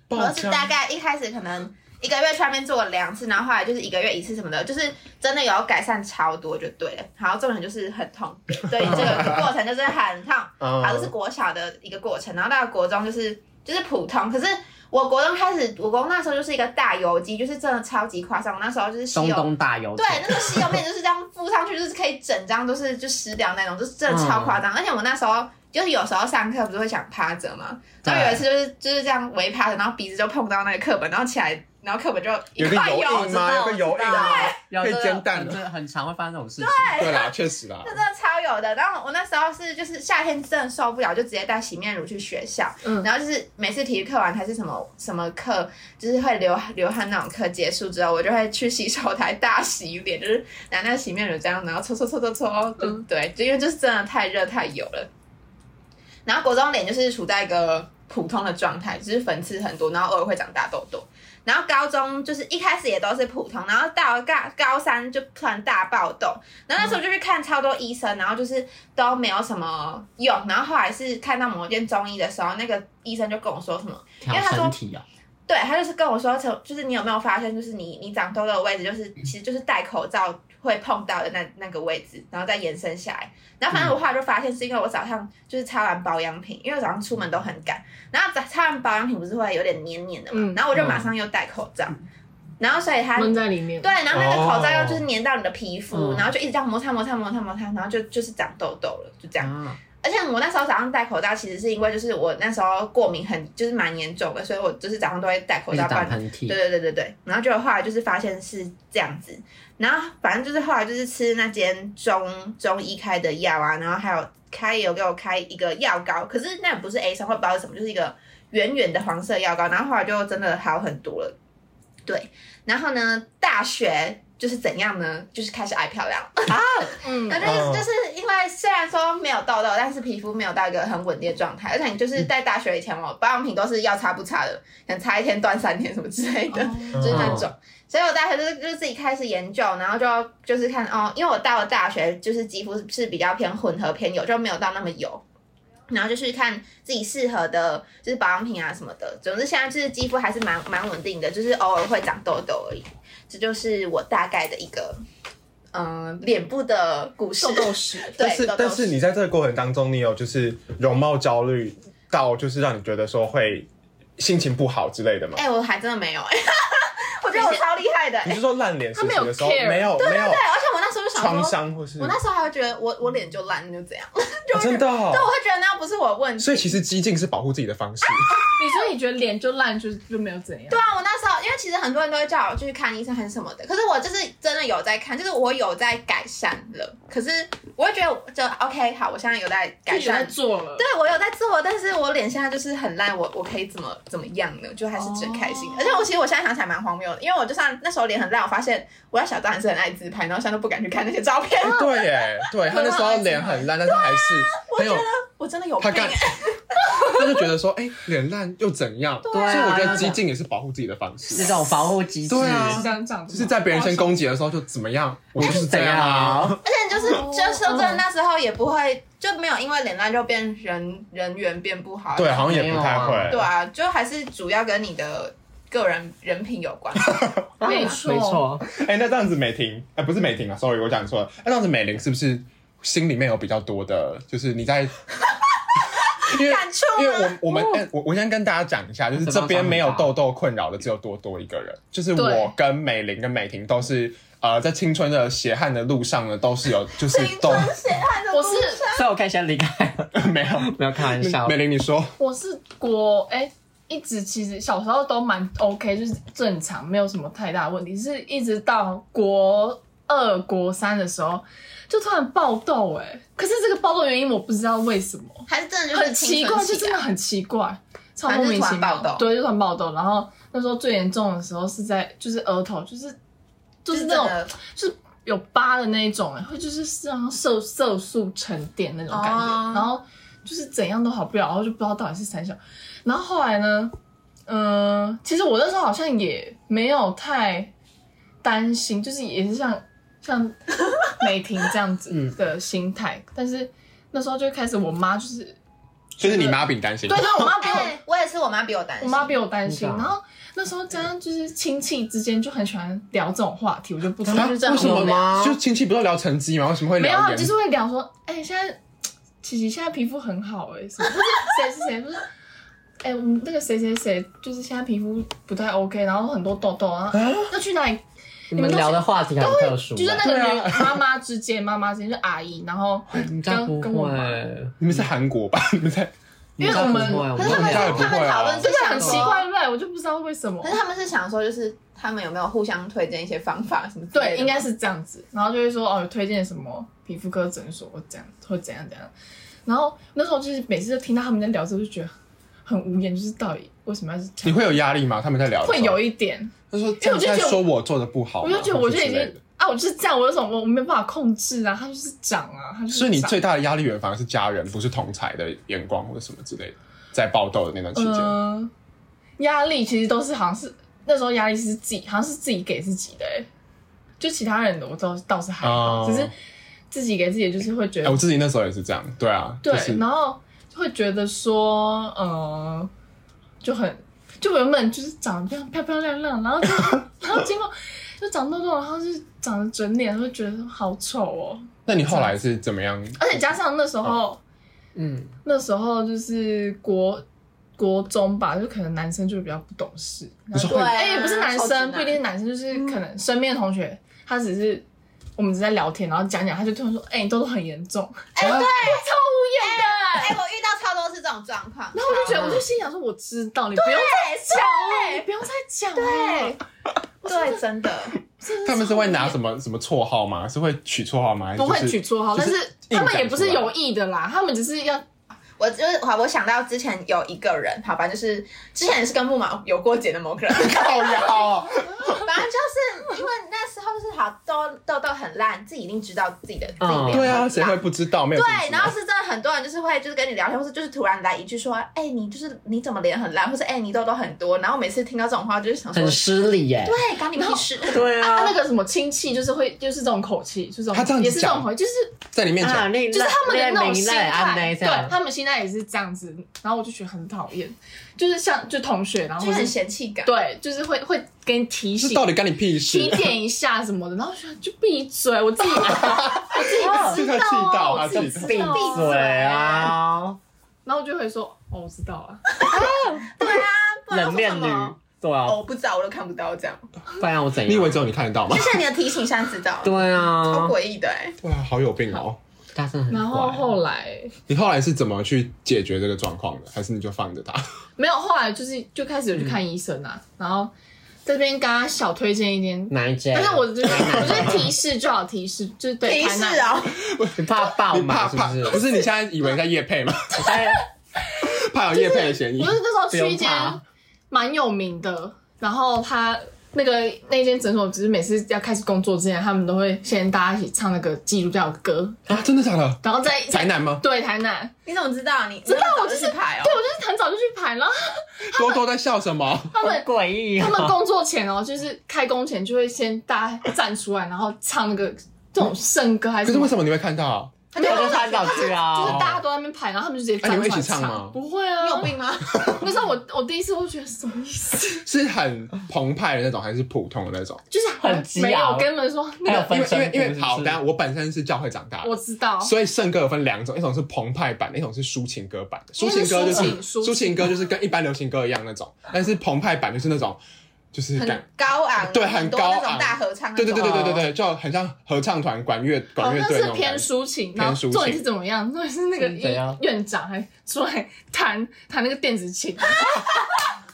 [SPEAKER 1] 我
[SPEAKER 5] 爆
[SPEAKER 1] 是大
[SPEAKER 5] 浆！
[SPEAKER 1] 概一开始可能一个月去那边做两次，然后后来就是一个月一次什么的，就是真的有改善超多就对了。好，重点就是很痛，对，这个过程就是很痛。 [laughs]
[SPEAKER 5] 嗯
[SPEAKER 1] 好，这是国小的一个过程，然后到了国中就是就是普通，可是。我国中开始，我国中那时候就是一个大油鸡，就是真的超级夸张。我那时候就是西
[SPEAKER 3] 中
[SPEAKER 1] 柚，
[SPEAKER 3] 东大油
[SPEAKER 1] 对，那个西柚面就是这样敷上去，就是可以整张都是就湿掉那种，就是真的超
[SPEAKER 5] 嗯
[SPEAKER 1] 夸张。而且我那时候就是有时候上课不是会想趴着吗？然后有一次就是就是这样围趴着，然后鼻子就碰到那个课本，然后起来，然后课本就一
[SPEAKER 5] 有个
[SPEAKER 1] 块
[SPEAKER 5] 油
[SPEAKER 1] 油
[SPEAKER 5] 印
[SPEAKER 1] 脂，
[SPEAKER 5] 吗？有个油印吗？
[SPEAKER 3] 有
[SPEAKER 5] 可以
[SPEAKER 3] 这个
[SPEAKER 5] 煎蛋的
[SPEAKER 3] 真的很常会发生这种事情。
[SPEAKER 5] 对啦，确实啦
[SPEAKER 1] 这。真的超油的。然后我那时候是就是夏天真的受不了，就直接带洗面乳去学校。
[SPEAKER 4] 嗯
[SPEAKER 1] 然后就是每次体育课完还是什么什么课，就是会流流汗那种课结束之后，我就会去洗手台大洗脸，就是拿那个洗面乳这样，然后搓搓搓搓搓，就、
[SPEAKER 4] 嗯
[SPEAKER 1] 对，就因为就是真的太热太油了。然后国中脸就是处在一个普通的状态，就是粉刺很多，然后偶尔会长大痘痘。然后高中就是一开始也都是普通，然后到了高高三就突然大爆痘，然后那时候就去看超多医生，然后就是都没有什么用，然后后来是看到某间中医的时候，那个医生就跟我说什么，
[SPEAKER 3] 调
[SPEAKER 1] 因为他说
[SPEAKER 3] 身体啊，
[SPEAKER 1] 对他就是跟我说，就就是你有没有发现，就是你你长痘痘的位置，就是其实就是戴口罩会碰到的那那个位置，然后再延伸下来。然后反正我后来就发现，是因为我早上就是擦完保养品，因为我早上出门都很赶，然后擦擦完保养品不是会有点黏黏的嘛，
[SPEAKER 4] 嗯
[SPEAKER 1] 然后我就马上又戴口罩，然后所以他
[SPEAKER 4] 闷在里面。
[SPEAKER 1] 对，然后那个口罩
[SPEAKER 5] 哦
[SPEAKER 1] 又就是粘到你的皮肤，
[SPEAKER 3] 嗯
[SPEAKER 1] 然后就一直这样摩擦摩擦摩擦摩擦，然后就就是长痘痘了，就这样。
[SPEAKER 3] 啊
[SPEAKER 1] 而且我那时候早上戴口罩，其实是因为就是我那时候过敏很就是蛮严重的，所以我就是早上都会戴口
[SPEAKER 3] 一直
[SPEAKER 1] 罩。不
[SPEAKER 3] 打
[SPEAKER 1] 然
[SPEAKER 3] 喷
[SPEAKER 1] 对
[SPEAKER 3] 嚏，
[SPEAKER 1] 对对对对，然后就后来就是发现是这样子，然后反正就是后来就是吃那间中中医开的药啊，然后还有开有给我开一个药膏，可是那不是 A 酸，我也不知道是什么，就是一个圆圆的黄色药膏，然后后来就真的好很多了。对，然后呢，大学就是怎样呢？就是开始爱漂亮，
[SPEAKER 4] 嗯
[SPEAKER 1] 反正
[SPEAKER 5] 哦
[SPEAKER 1] 就是因为虽然说没有痘痘，但是皮肤没有到一个很稳定的状态，而且你就是在大学以前，我保养品都是要擦不擦的，可能擦一天断三天什么之类
[SPEAKER 4] 哦
[SPEAKER 1] 的。
[SPEAKER 4] [laughs]
[SPEAKER 5] 嗯
[SPEAKER 1] 就是那种。所以我大学就是就是自己开始研究，然后就就是看哦，因为我到了大学就是肌肤是比较偏混合偏油，就没有到那么油。然后就是看自己适合的，就是保养品啊什么的。总之现在就是肌肤还是蛮蛮稳定的，就是偶尔会长痘痘而已。这就是我大概的一个，嗯、脸部的故事。
[SPEAKER 4] 痘痘史，
[SPEAKER 1] 对
[SPEAKER 5] 但，是
[SPEAKER 1] 痘痘
[SPEAKER 5] 但是你在这个过程当中，你有就是容貌焦虑到就是让你觉得说会心情不好之类的吗？
[SPEAKER 1] 哎、我还真的没有、哎， [laughs] 我觉得我超厉害的、
[SPEAKER 5] 你
[SPEAKER 1] 哎
[SPEAKER 5] 是说烂脸事情的时候
[SPEAKER 4] 他没有 care
[SPEAKER 5] 没有没有
[SPEAKER 1] 对，而且我那时候就想
[SPEAKER 5] 创
[SPEAKER 1] 说，
[SPEAKER 5] 伤或是
[SPEAKER 1] 我那时候还会觉得我我脸就烂，就这样。就
[SPEAKER 5] 哦
[SPEAKER 1] 会觉得
[SPEAKER 5] 真的哦
[SPEAKER 1] 对，我会觉得那不是我的问题。
[SPEAKER 5] 所以其实激进是保护自己的方式。
[SPEAKER 4] 你说你觉得脸就烂，就就没有怎样
[SPEAKER 1] 对？啊，我那时候因为其实很多人都会叫我去看医生还是什么的，可是我就是真的有在看，就是我有在改善了。可是我会觉得我就 OK 好，我现在有在改
[SPEAKER 4] 就有在
[SPEAKER 1] 善，
[SPEAKER 4] 做了，
[SPEAKER 1] 对我有在做，但是我脸现在就是很烂，我我可以怎么怎么样呢？就还是很开心。
[SPEAKER 4] 哦
[SPEAKER 1] 而且我其实我现在想起来蛮荒谬的，因为我就算那时候脸很烂，我发现我在小张还是很爱自拍，然后现在都不敢去看那些照片。
[SPEAKER 5] 哎
[SPEAKER 3] 啊
[SPEAKER 5] 对耶，对他那时候脸很烂，但是还是很
[SPEAKER 3] 啊
[SPEAKER 5] 有
[SPEAKER 1] 我真的有
[SPEAKER 5] 他
[SPEAKER 1] 病、
[SPEAKER 5] 干
[SPEAKER 1] 欸，
[SPEAKER 5] [laughs] 他就觉得说，哎，脸烂又怎样？所
[SPEAKER 3] 对啊
[SPEAKER 5] 以我觉得激进也是保护自己的方
[SPEAKER 3] 是这
[SPEAKER 5] 式，
[SPEAKER 3] 种防护机制，
[SPEAKER 5] 对啊
[SPEAKER 4] 是这样长的吗，
[SPEAKER 5] 就是在别人先攻击的时候就怎么样，我就是这
[SPEAKER 3] 怎
[SPEAKER 5] 样
[SPEAKER 3] 样
[SPEAKER 5] 啊。
[SPEAKER 3] 啊？
[SPEAKER 1] 而且就是
[SPEAKER 4] 哦
[SPEAKER 1] 就是说真的，
[SPEAKER 4] 嗯
[SPEAKER 1] 那时候也不会就没有因为脸烂就变人人缘变不好，
[SPEAKER 5] [laughs] 对，好像也不太
[SPEAKER 3] 没有啊
[SPEAKER 5] 会
[SPEAKER 1] 对。啊，就还是主要跟你的个人人品有关。
[SPEAKER 4] 没错
[SPEAKER 3] 没错，
[SPEAKER 5] 哎、那这样子美婷，哎、不是美婷啊，sorry，我讲错了。那这样子美玲是不是心里面有比较多的，就是你在？ [laughs] 因为
[SPEAKER 1] 感触吗
[SPEAKER 5] [laughs] 因为
[SPEAKER 4] 哦
[SPEAKER 5] 我我们、哎我我先跟大家讲一下，就是这边没有痘痘困扰的只有多多一个人，就是我
[SPEAKER 4] 对
[SPEAKER 5] 跟美玲跟美婷都是呃在青春的血汗的路上呢，都是有就是痘
[SPEAKER 1] 血汗的
[SPEAKER 4] 我是
[SPEAKER 3] 所以我看起来离开了，
[SPEAKER 5] [laughs] 没有。
[SPEAKER 3] 没有开玩笑
[SPEAKER 5] 美。玲，你说
[SPEAKER 4] 我是国哎、一直其实小时候都蛮 OK，就是正常，没有什么太大问题。是一直到国二、国三的时候，就突然爆痘哎、可是这个爆痘原因我不知道为什么，
[SPEAKER 1] 还是真的就
[SPEAKER 4] 很
[SPEAKER 1] 是
[SPEAKER 4] 奇
[SPEAKER 1] 青
[SPEAKER 4] 怪，
[SPEAKER 1] 春
[SPEAKER 4] 就
[SPEAKER 1] 期
[SPEAKER 4] 真的
[SPEAKER 1] 啊。
[SPEAKER 4] 很奇怪，超莫名其
[SPEAKER 1] 反正就突然
[SPEAKER 4] 妙
[SPEAKER 1] 爆痘
[SPEAKER 4] 对，就突然爆痘。然后那时候最严重的时候是在就是额头，就是就是那种
[SPEAKER 1] 啊真的
[SPEAKER 4] 就是有疤的那一种、欸，会就是像色色素沉淀那种感觉，
[SPEAKER 1] 哦
[SPEAKER 4] 然后就是怎样都好不了，然后就不知道到底是三小。然后后来呢，嗯、其实我那时候好像也没有太担
[SPEAKER 5] [laughs] 嗯
[SPEAKER 4] 心，就是也是像像美婷这样子的心态，但是那时候就开始，我妈就是
[SPEAKER 5] 就是你妈比你担心。啊
[SPEAKER 4] 对，对，我妈比
[SPEAKER 1] 哎、 [laughs]
[SPEAKER 4] 我
[SPEAKER 1] 我也是，我妈比我担
[SPEAKER 4] 我
[SPEAKER 1] 心。
[SPEAKER 4] 妈比我担心。
[SPEAKER 3] 真
[SPEAKER 4] 然
[SPEAKER 3] 的啊
[SPEAKER 4] 后那时候加上就是亲戚之间就很喜欢聊这种话题，我就不懂
[SPEAKER 5] 啊
[SPEAKER 4] 就
[SPEAKER 5] 为
[SPEAKER 4] 这样
[SPEAKER 5] 什
[SPEAKER 4] 很无
[SPEAKER 5] 么
[SPEAKER 4] 聊
[SPEAKER 3] 吗
[SPEAKER 5] 就亲戚不都聊成绩吗？为什么会
[SPEAKER 4] 没有
[SPEAKER 5] 聊
[SPEAKER 4] 啊，
[SPEAKER 5] 颜
[SPEAKER 4] 就
[SPEAKER 5] 值
[SPEAKER 4] 是会聊说，哎、现在琪琪现在皮肤很好哎、欸，什么谁是谁不是？哎、我们那个谁谁谁，就是现在皮肤不太 OK，然后很多痘痘，然后那去哪里？
[SPEAKER 3] 你们聊的话题很特殊、
[SPEAKER 4] 就是那
[SPEAKER 3] 欸，
[SPEAKER 4] 个
[SPEAKER 5] 对
[SPEAKER 4] 女
[SPEAKER 5] 啊
[SPEAKER 4] 妈妈之间，妈妈之间就是阿姨，然后
[SPEAKER 3] 你家不
[SPEAKER 4] 跟跟我
[SPEAKER 3] 会
[SPEAKER 4] 妈，，
[SPEAKER 5] 你们是韩国吧？你们在
[SPEAKER 3] 你
[SPEAKER 4] 因为我们
[SPEAKER 3] 家不会我
[SPEAKER 1] 可是他们
[SPEAKER 3] 家也
[SPEAKER 5] 不
[SPEAKER 1] 他
[SPEAKER 5] 会
[SPEAKER 1] 们
[SPEAKER 5] 啊
[SPEAKER 1] 讨论
[SPEAKER 4] [laughs] 这
[SPEAKER 1] 是
[SPEAKER 4] 个
[SPEAKER 1] 想
[SPEAKER 4] 很奇
[SPEAKER 1] 说
[SPEAKER 4] 怪，对不对？我就不知道为什么
[SPEAKER 1] 可。是他们是想说，就是他们有没有互相推荐一些方法什么之类的吗？
[SPEAKER 4] 对，应该是这样子。然后就会说哦，有推荐什么皮肤科诊所或这样，或怎样怎样。然后那时候就是每次就听到他们在聊这，个，就觉得很无言，就是到底为什么要是
[SPEAKER 5] 你
[SPEAKER 4] 这样？
[SPEAKER 5] 会有压力吗？他们在聊的时候，
[SPEAKER 4] 会有一点，
[SPEAKER 5] 他说
[SPEAKER 4] 因为我就觉
[SPEAKER 5] 在
[SPEAKER 4] 得
[SPEAKER 5] 说我做的不好吗，
[SPEAKER 4] 我就觉得我就
[SPEAKER 5] 或者
[SPEAKER 4] 已
[SPEAKER 5] 之类的
[SPEAKER 4] 经啊，我就是这样，我有什么我我没办法控制啊，他就是长啊，他就是
[SPEAKER 5] 所以你
[SPEAKER 4] 长
[SPEAKER 5] 最大的压力源反而是家人，不是同才的眼光或者什么之类的，在爆痘的那段时间。
[SPEAKER 4] 嗯，压力其实都是好像是那时候压力是自己，好像是自己给自己的、欸，就其他人的我都倒是还好，
[SPEAKER 5] 哦
[SPEAKER 4] 只是自己给自己的就是会觉
[SPEAKER 5] 哎、
[SPEAKER 4] 得
[SPEAKER 5] 我自己那时候也是这样，对啊，
[SPEAKER 4] 对，
[SPEAKER 5] 就是
[SPEAKER 4] 然后会觉得说，呃，就很就原本就是长得漂漂漂亮
[SPEAKER 5] [laughs]
[SPEAKER 4] 亮，然后就然后结果就长痘痘，然后就是长得整脸，会觉得好丑哦。
[SPEAKER 5] 那你后来是怎么样？
[SPEAKER 4] 而且加上那时候、
[SPEAKER 5] 哦
[SPEAKER 3] 嗯，
[SPEAKER 4] 那时候就是国国中吧，就可能男生就比较不懂事，然后
[SPEAKER 5] 是
[SPEAKER 4] 就
[SPEAKER 5] 会
[SPEAKER 1] 对啊，
[SPEAKER 4] 哎、也不是男
[SPEAKER 1] 超级
[SPEAKER 4] 生，不一定是男生，就是
[SPEAKER 5] 嗯
[SPEAKER 4] 可能身边的同学，他只是。我们只是在聊天，然后讲讲，他就突然说：“哎、你痘痘很严重。”
[SPEAKER 1] 哎、对，
[SPEAKER 4] 超
[SPEAKER 1] 哎、我遇到超多是这种状况，
[SPEAKER 4] 然后我就觉得，我就心想说，我知道你不用再讲了，你不用再讲了
[SPEAKER 1] 对。 [laughs] 对，真的，
[SPEAKER 5] 他们是会拿什么什么绰号吗？是会取绰号吗？还是
[SPEAKER 4] 不会
[SPEAKER 5] 就是
[SPEAKER 4] 取绰号，
[SPEAKER 5] 就
[SPEAKER 4] 但
[SPEAKER 5] 是
[SPEAKER 4] 是他们也不是
[SPEAKER 5] 硬讲出来
[SPEAKER 4] 有意的啦，他们只是要
[SPEAKER 1] 我就是好，我想到之前有一个人，好吧，就是之前也是跟木马有过节的某个人，
[SPEAKER 5] 靠腰啊？
[SPEAKER 1] [laughs] 反正就是因为那时候就是好痘痘痘很烂，自己一定知道自己的自己
[SPEAKER 3] 嗯
[SPEAKER 1] [laughs] 脸
[SPEAKER 5] 对
[SPEAKER 1] 很
[SPEAKER 5] 啊，
[SPEAKER 1] 烂
[SPEAKER 5] 谁会不知道？没有啊
[SPEAKER 1] 对，
[SPEAKER 5] 自知
[SPEAKER 1] 然后是真的很多人就是会就是跟你聊天，或是就是突然来一句说，哎、你就是你怎么脸很烂，或是哎、你痘痘很多，然后每次听到这种话就是想说
[SPEAKER 3] 很，失礼耶、
[SPEAKER 1] [laughs] 对，关你屁事。
[SPEAKER 3] 对
[SPEAKER 4] 啊那个什么亲戚，就是会就是这种口气，就是这种
[SPEAKER 5] 他这样子
[SPEAKER 4] 也是这种
[SPEAKER 5] 讲
[SPEAKER 4] 口气，就是
[SPEAKER 5] 在你面
[SPEAKER 3] 啊，
[SPEAKER 5] 前，
[SPEAKER 3] 那
[SPEAKER 4] 就是他们的那种心
[SPEAKER 3] 安
[SPEAKER 4] 态，
[SPEAKER 3] 内这
[SPEAKER 4] 对
[SPEAKER 3] 样，
[SPEAKER 4] 他们心态也是这样子，然后我就觉得很讨厌，就是像就同学，然后
[SPEAKER 1] 就
[SPEAKER 4] 或
[SPEAKER 1] 很
[SPEAKER 4] 是
[SPEAKER 1] 嫌弃感，
[SPEAKER 4] 对，就是会会给你提
[SPEAKER 5] 这
[SPEAKER 4] 醒。
[SPEAKER 5] 到底干你屁事
[SPEAKER 4] 提？点一下什么的，然后我就想就闭嘴，
[SPEAKER 1] [laughs]
[SPEAKER 4] 我自己我自己
[SPEAKER 5] 这个
[SPEAKER 4] 知
[SPEAKER 5] 气
[SPEAKER 4] 道啊，
[SPEAKER 5] 到
[SPEAKER 4] 我
[SPEAKER 5] 他
[SPEAKER 4] 自己
[SPEAKER 5] 自己
[SPEAKER 4] 知道啊
[SPEAKER 1] 闭
[SPEAKER 3] 对啊，
[SPEAKER 4] 然后我就会说，哦，我知道啊，
[SPEAKER 1] 对啊，不然要
[SPEAKER 3] 冷
[SPEAKER 1] 说
[SPEAKER 3] 面
[SPEAKER 1] 什
[SPEAKER 3] 女
[SPEAKER 1] 么，
[SPEAKER 3] 对啊
[SPEAKER 1] 哦，，我不知道，我都看不到这样。
[SPEAKER 3] 不然我怎样？
[SPEAKER 5] 你以为只有你看得到吗 [laughs]
[SPEAKER 1] 就？像你的提醒，现在知道，
[SPEAKER 3] 对
[SPEAKER 1] 超
[SPEAKER 3] 啊，
[SPEAKER 1] 诡异的哎。
[SPEAKER 5] 哇，好有病哦！
[SPEAKER 3] 他真的很怪。
[SPEAKER 4] 然后后来
[SPEAKER 5] 你后来是怎么去解决这个状况的？还是你就放着他？
[SPEAKER 4] 没有，后来就是就开始有去看医生啊，然后在这边跟他小推荐一
[SPEAKER 1] 嗯
[SPEAKER 4] 点，
[SPEAKER 3] 哪一间？
[SPEAKER 4] 但是我就是我就是提示就好，提示就是
[SPEAKER 1] 提
[SPEAKER 4] 对台南
[SPEAKER 1] 示哦，
[SPEAKER 3] 你怕爆
[SPEAKER 5] 你怕
[SPEAKER 3] 嘛？是不
[SPEAKER 5] 怕
[SPEAKER 3] 是？？哎
[SPEAKER 5] 不
[SPEAKER 4] [laughs]
[SPEAKER 5] 是你现在以为在夜配吗？
[SPEAKER 3] 我在
[SPEAKER 5] 怕有夜配的嫌疑
[SPEAKER 4] 我。是那时
[SPEAKER 3] 不
[SPEAKER 4] 候去一
[SPEAKER 3] 用
[SPEAKER 4] 间
[SPEAKER 3] 怕，
[SPEAKER 4] 蛮有名的，然后他那个那间诊所，只是每次要开始工作之前，他们都会先大家一起唱那个基督教的歌，
[SPEAKER 5] 啊，真的假的？
[SPEAKER 4] 然
[SPEAKER 5] [laughs]
[SPEAKER 4] 后再
[SPEAKER 5] 宅男吗？
[SPEAKER 4] 对台南，
[SPEAKER 1] 你怎么知道？你知
[SPEAKER 4] 道我就是
[SPEAKER 1] 牌哦
[SPEAKER 4] 对。我就是很早就去排，然后
[SPEAKER 5] 多多在笑什么？
[SPEAKER 4] 他们
[SPEAKER 3] 好诡异啊
[SPEAKER 4] 他！们工作前哦，就是开工前就会先大家站出来，然后唱那个这种圣歌还
[SPEAKER 5] 可
[SPEAKER 4] 是
[SPEAKER 5] 是
[SPEAKER 4] 什么
[SPEAKER 5] 为什么你会看到？
[SPEAKER 1] 他
[SPEAKER 3] 我就参考去
[SPEAKER 4] 就
[SPEAKER 3] 啊
[SPEAKER 4] 是，大家都在那边排，然后他们就直接站
[SPEAKER 5] 哎你
[SPEAKER 4] 出
[SPEAKER 5] 会
[SPEAKER 4] 来
[SPEAKER 5] 一起唱吗
[SPEAKER 4] 不会啊，
[SPEAKER 1] 你有病
[SPEAKER 5] [laughs]
[SPEAKER 1] 吗？
[SPEAKER 4] 那时候我我第一次我就觉得什么意思，
[SPEAKER 5] 是很澎湃的那种，还是普通的那种？
[SPEAKER 4] 就是
[SPEAKER 3] 很激昂
[SPEAKER 4] 没有我跟你们说那
[SPEAKER 3] 还有
[SPEAKER 4] 个
[SPEAKER 5] 因为
[SPEAKER 3] 分
[SPEAKER 5] 因
[SPEAKER 3] 身
[SPEAKER 5] 为因
[SPEAKER 3] 是
[SPEAKER 5] 为
[SPEAKER 3] 不是
[SPEAKER 5] 好，等一下我本身是教会长大的
[SPEAKER 4] 我知道，
[SPEAKER 5] 所以圣歌有分两种，一种是澎湃版的，一种是抒情歌版的。抒情歌就
[SPEAKER 4] 因为是抒情抒
[SPEAKER 5] 是
[SPEAKER 4] 情
[SPEAKER 5] 抒情歌就是跟一般流行歌一样那种，但是澎湃版就是那种就是感
[SPEAKER 1] 很高昂，
[SPEAKER 5] 对
[SPEAKER 1] 很
[SPEAKER 5] 很
[SPEAKER 1] 多
[SPEAKER 5] 高
[SPEAKER 1] 那
[SPEAKER 5] 昂
[SPEAKER 1] 种大合唱那
[SPEAKER 5] 对
[SPEAKER 1] 种，
[SPEAKER 5] 对对对对对对，就很像合唱团、管乐管
[SPEAKER 4] 好
[SPEAKER 5] 乐
[SPEAKER 4] 像
[SPEAKER 5] 队那
[SPEAKER 4] 哦是
[SPEAKER 5] 种
[SPEAKER 4] 偏
[SPEAKER 5] 感觉。
[SPEAKER 4] 抒情，然后
[SPEAKER 5] 偏抒情
[SPEAKER 4] 重点是怎么样？ [laughs] 重点是那个
[SPEAKER 3] 嗯怎样
[SPEAKER 4] 院长还出来弹弹那个电子琴， [laughs]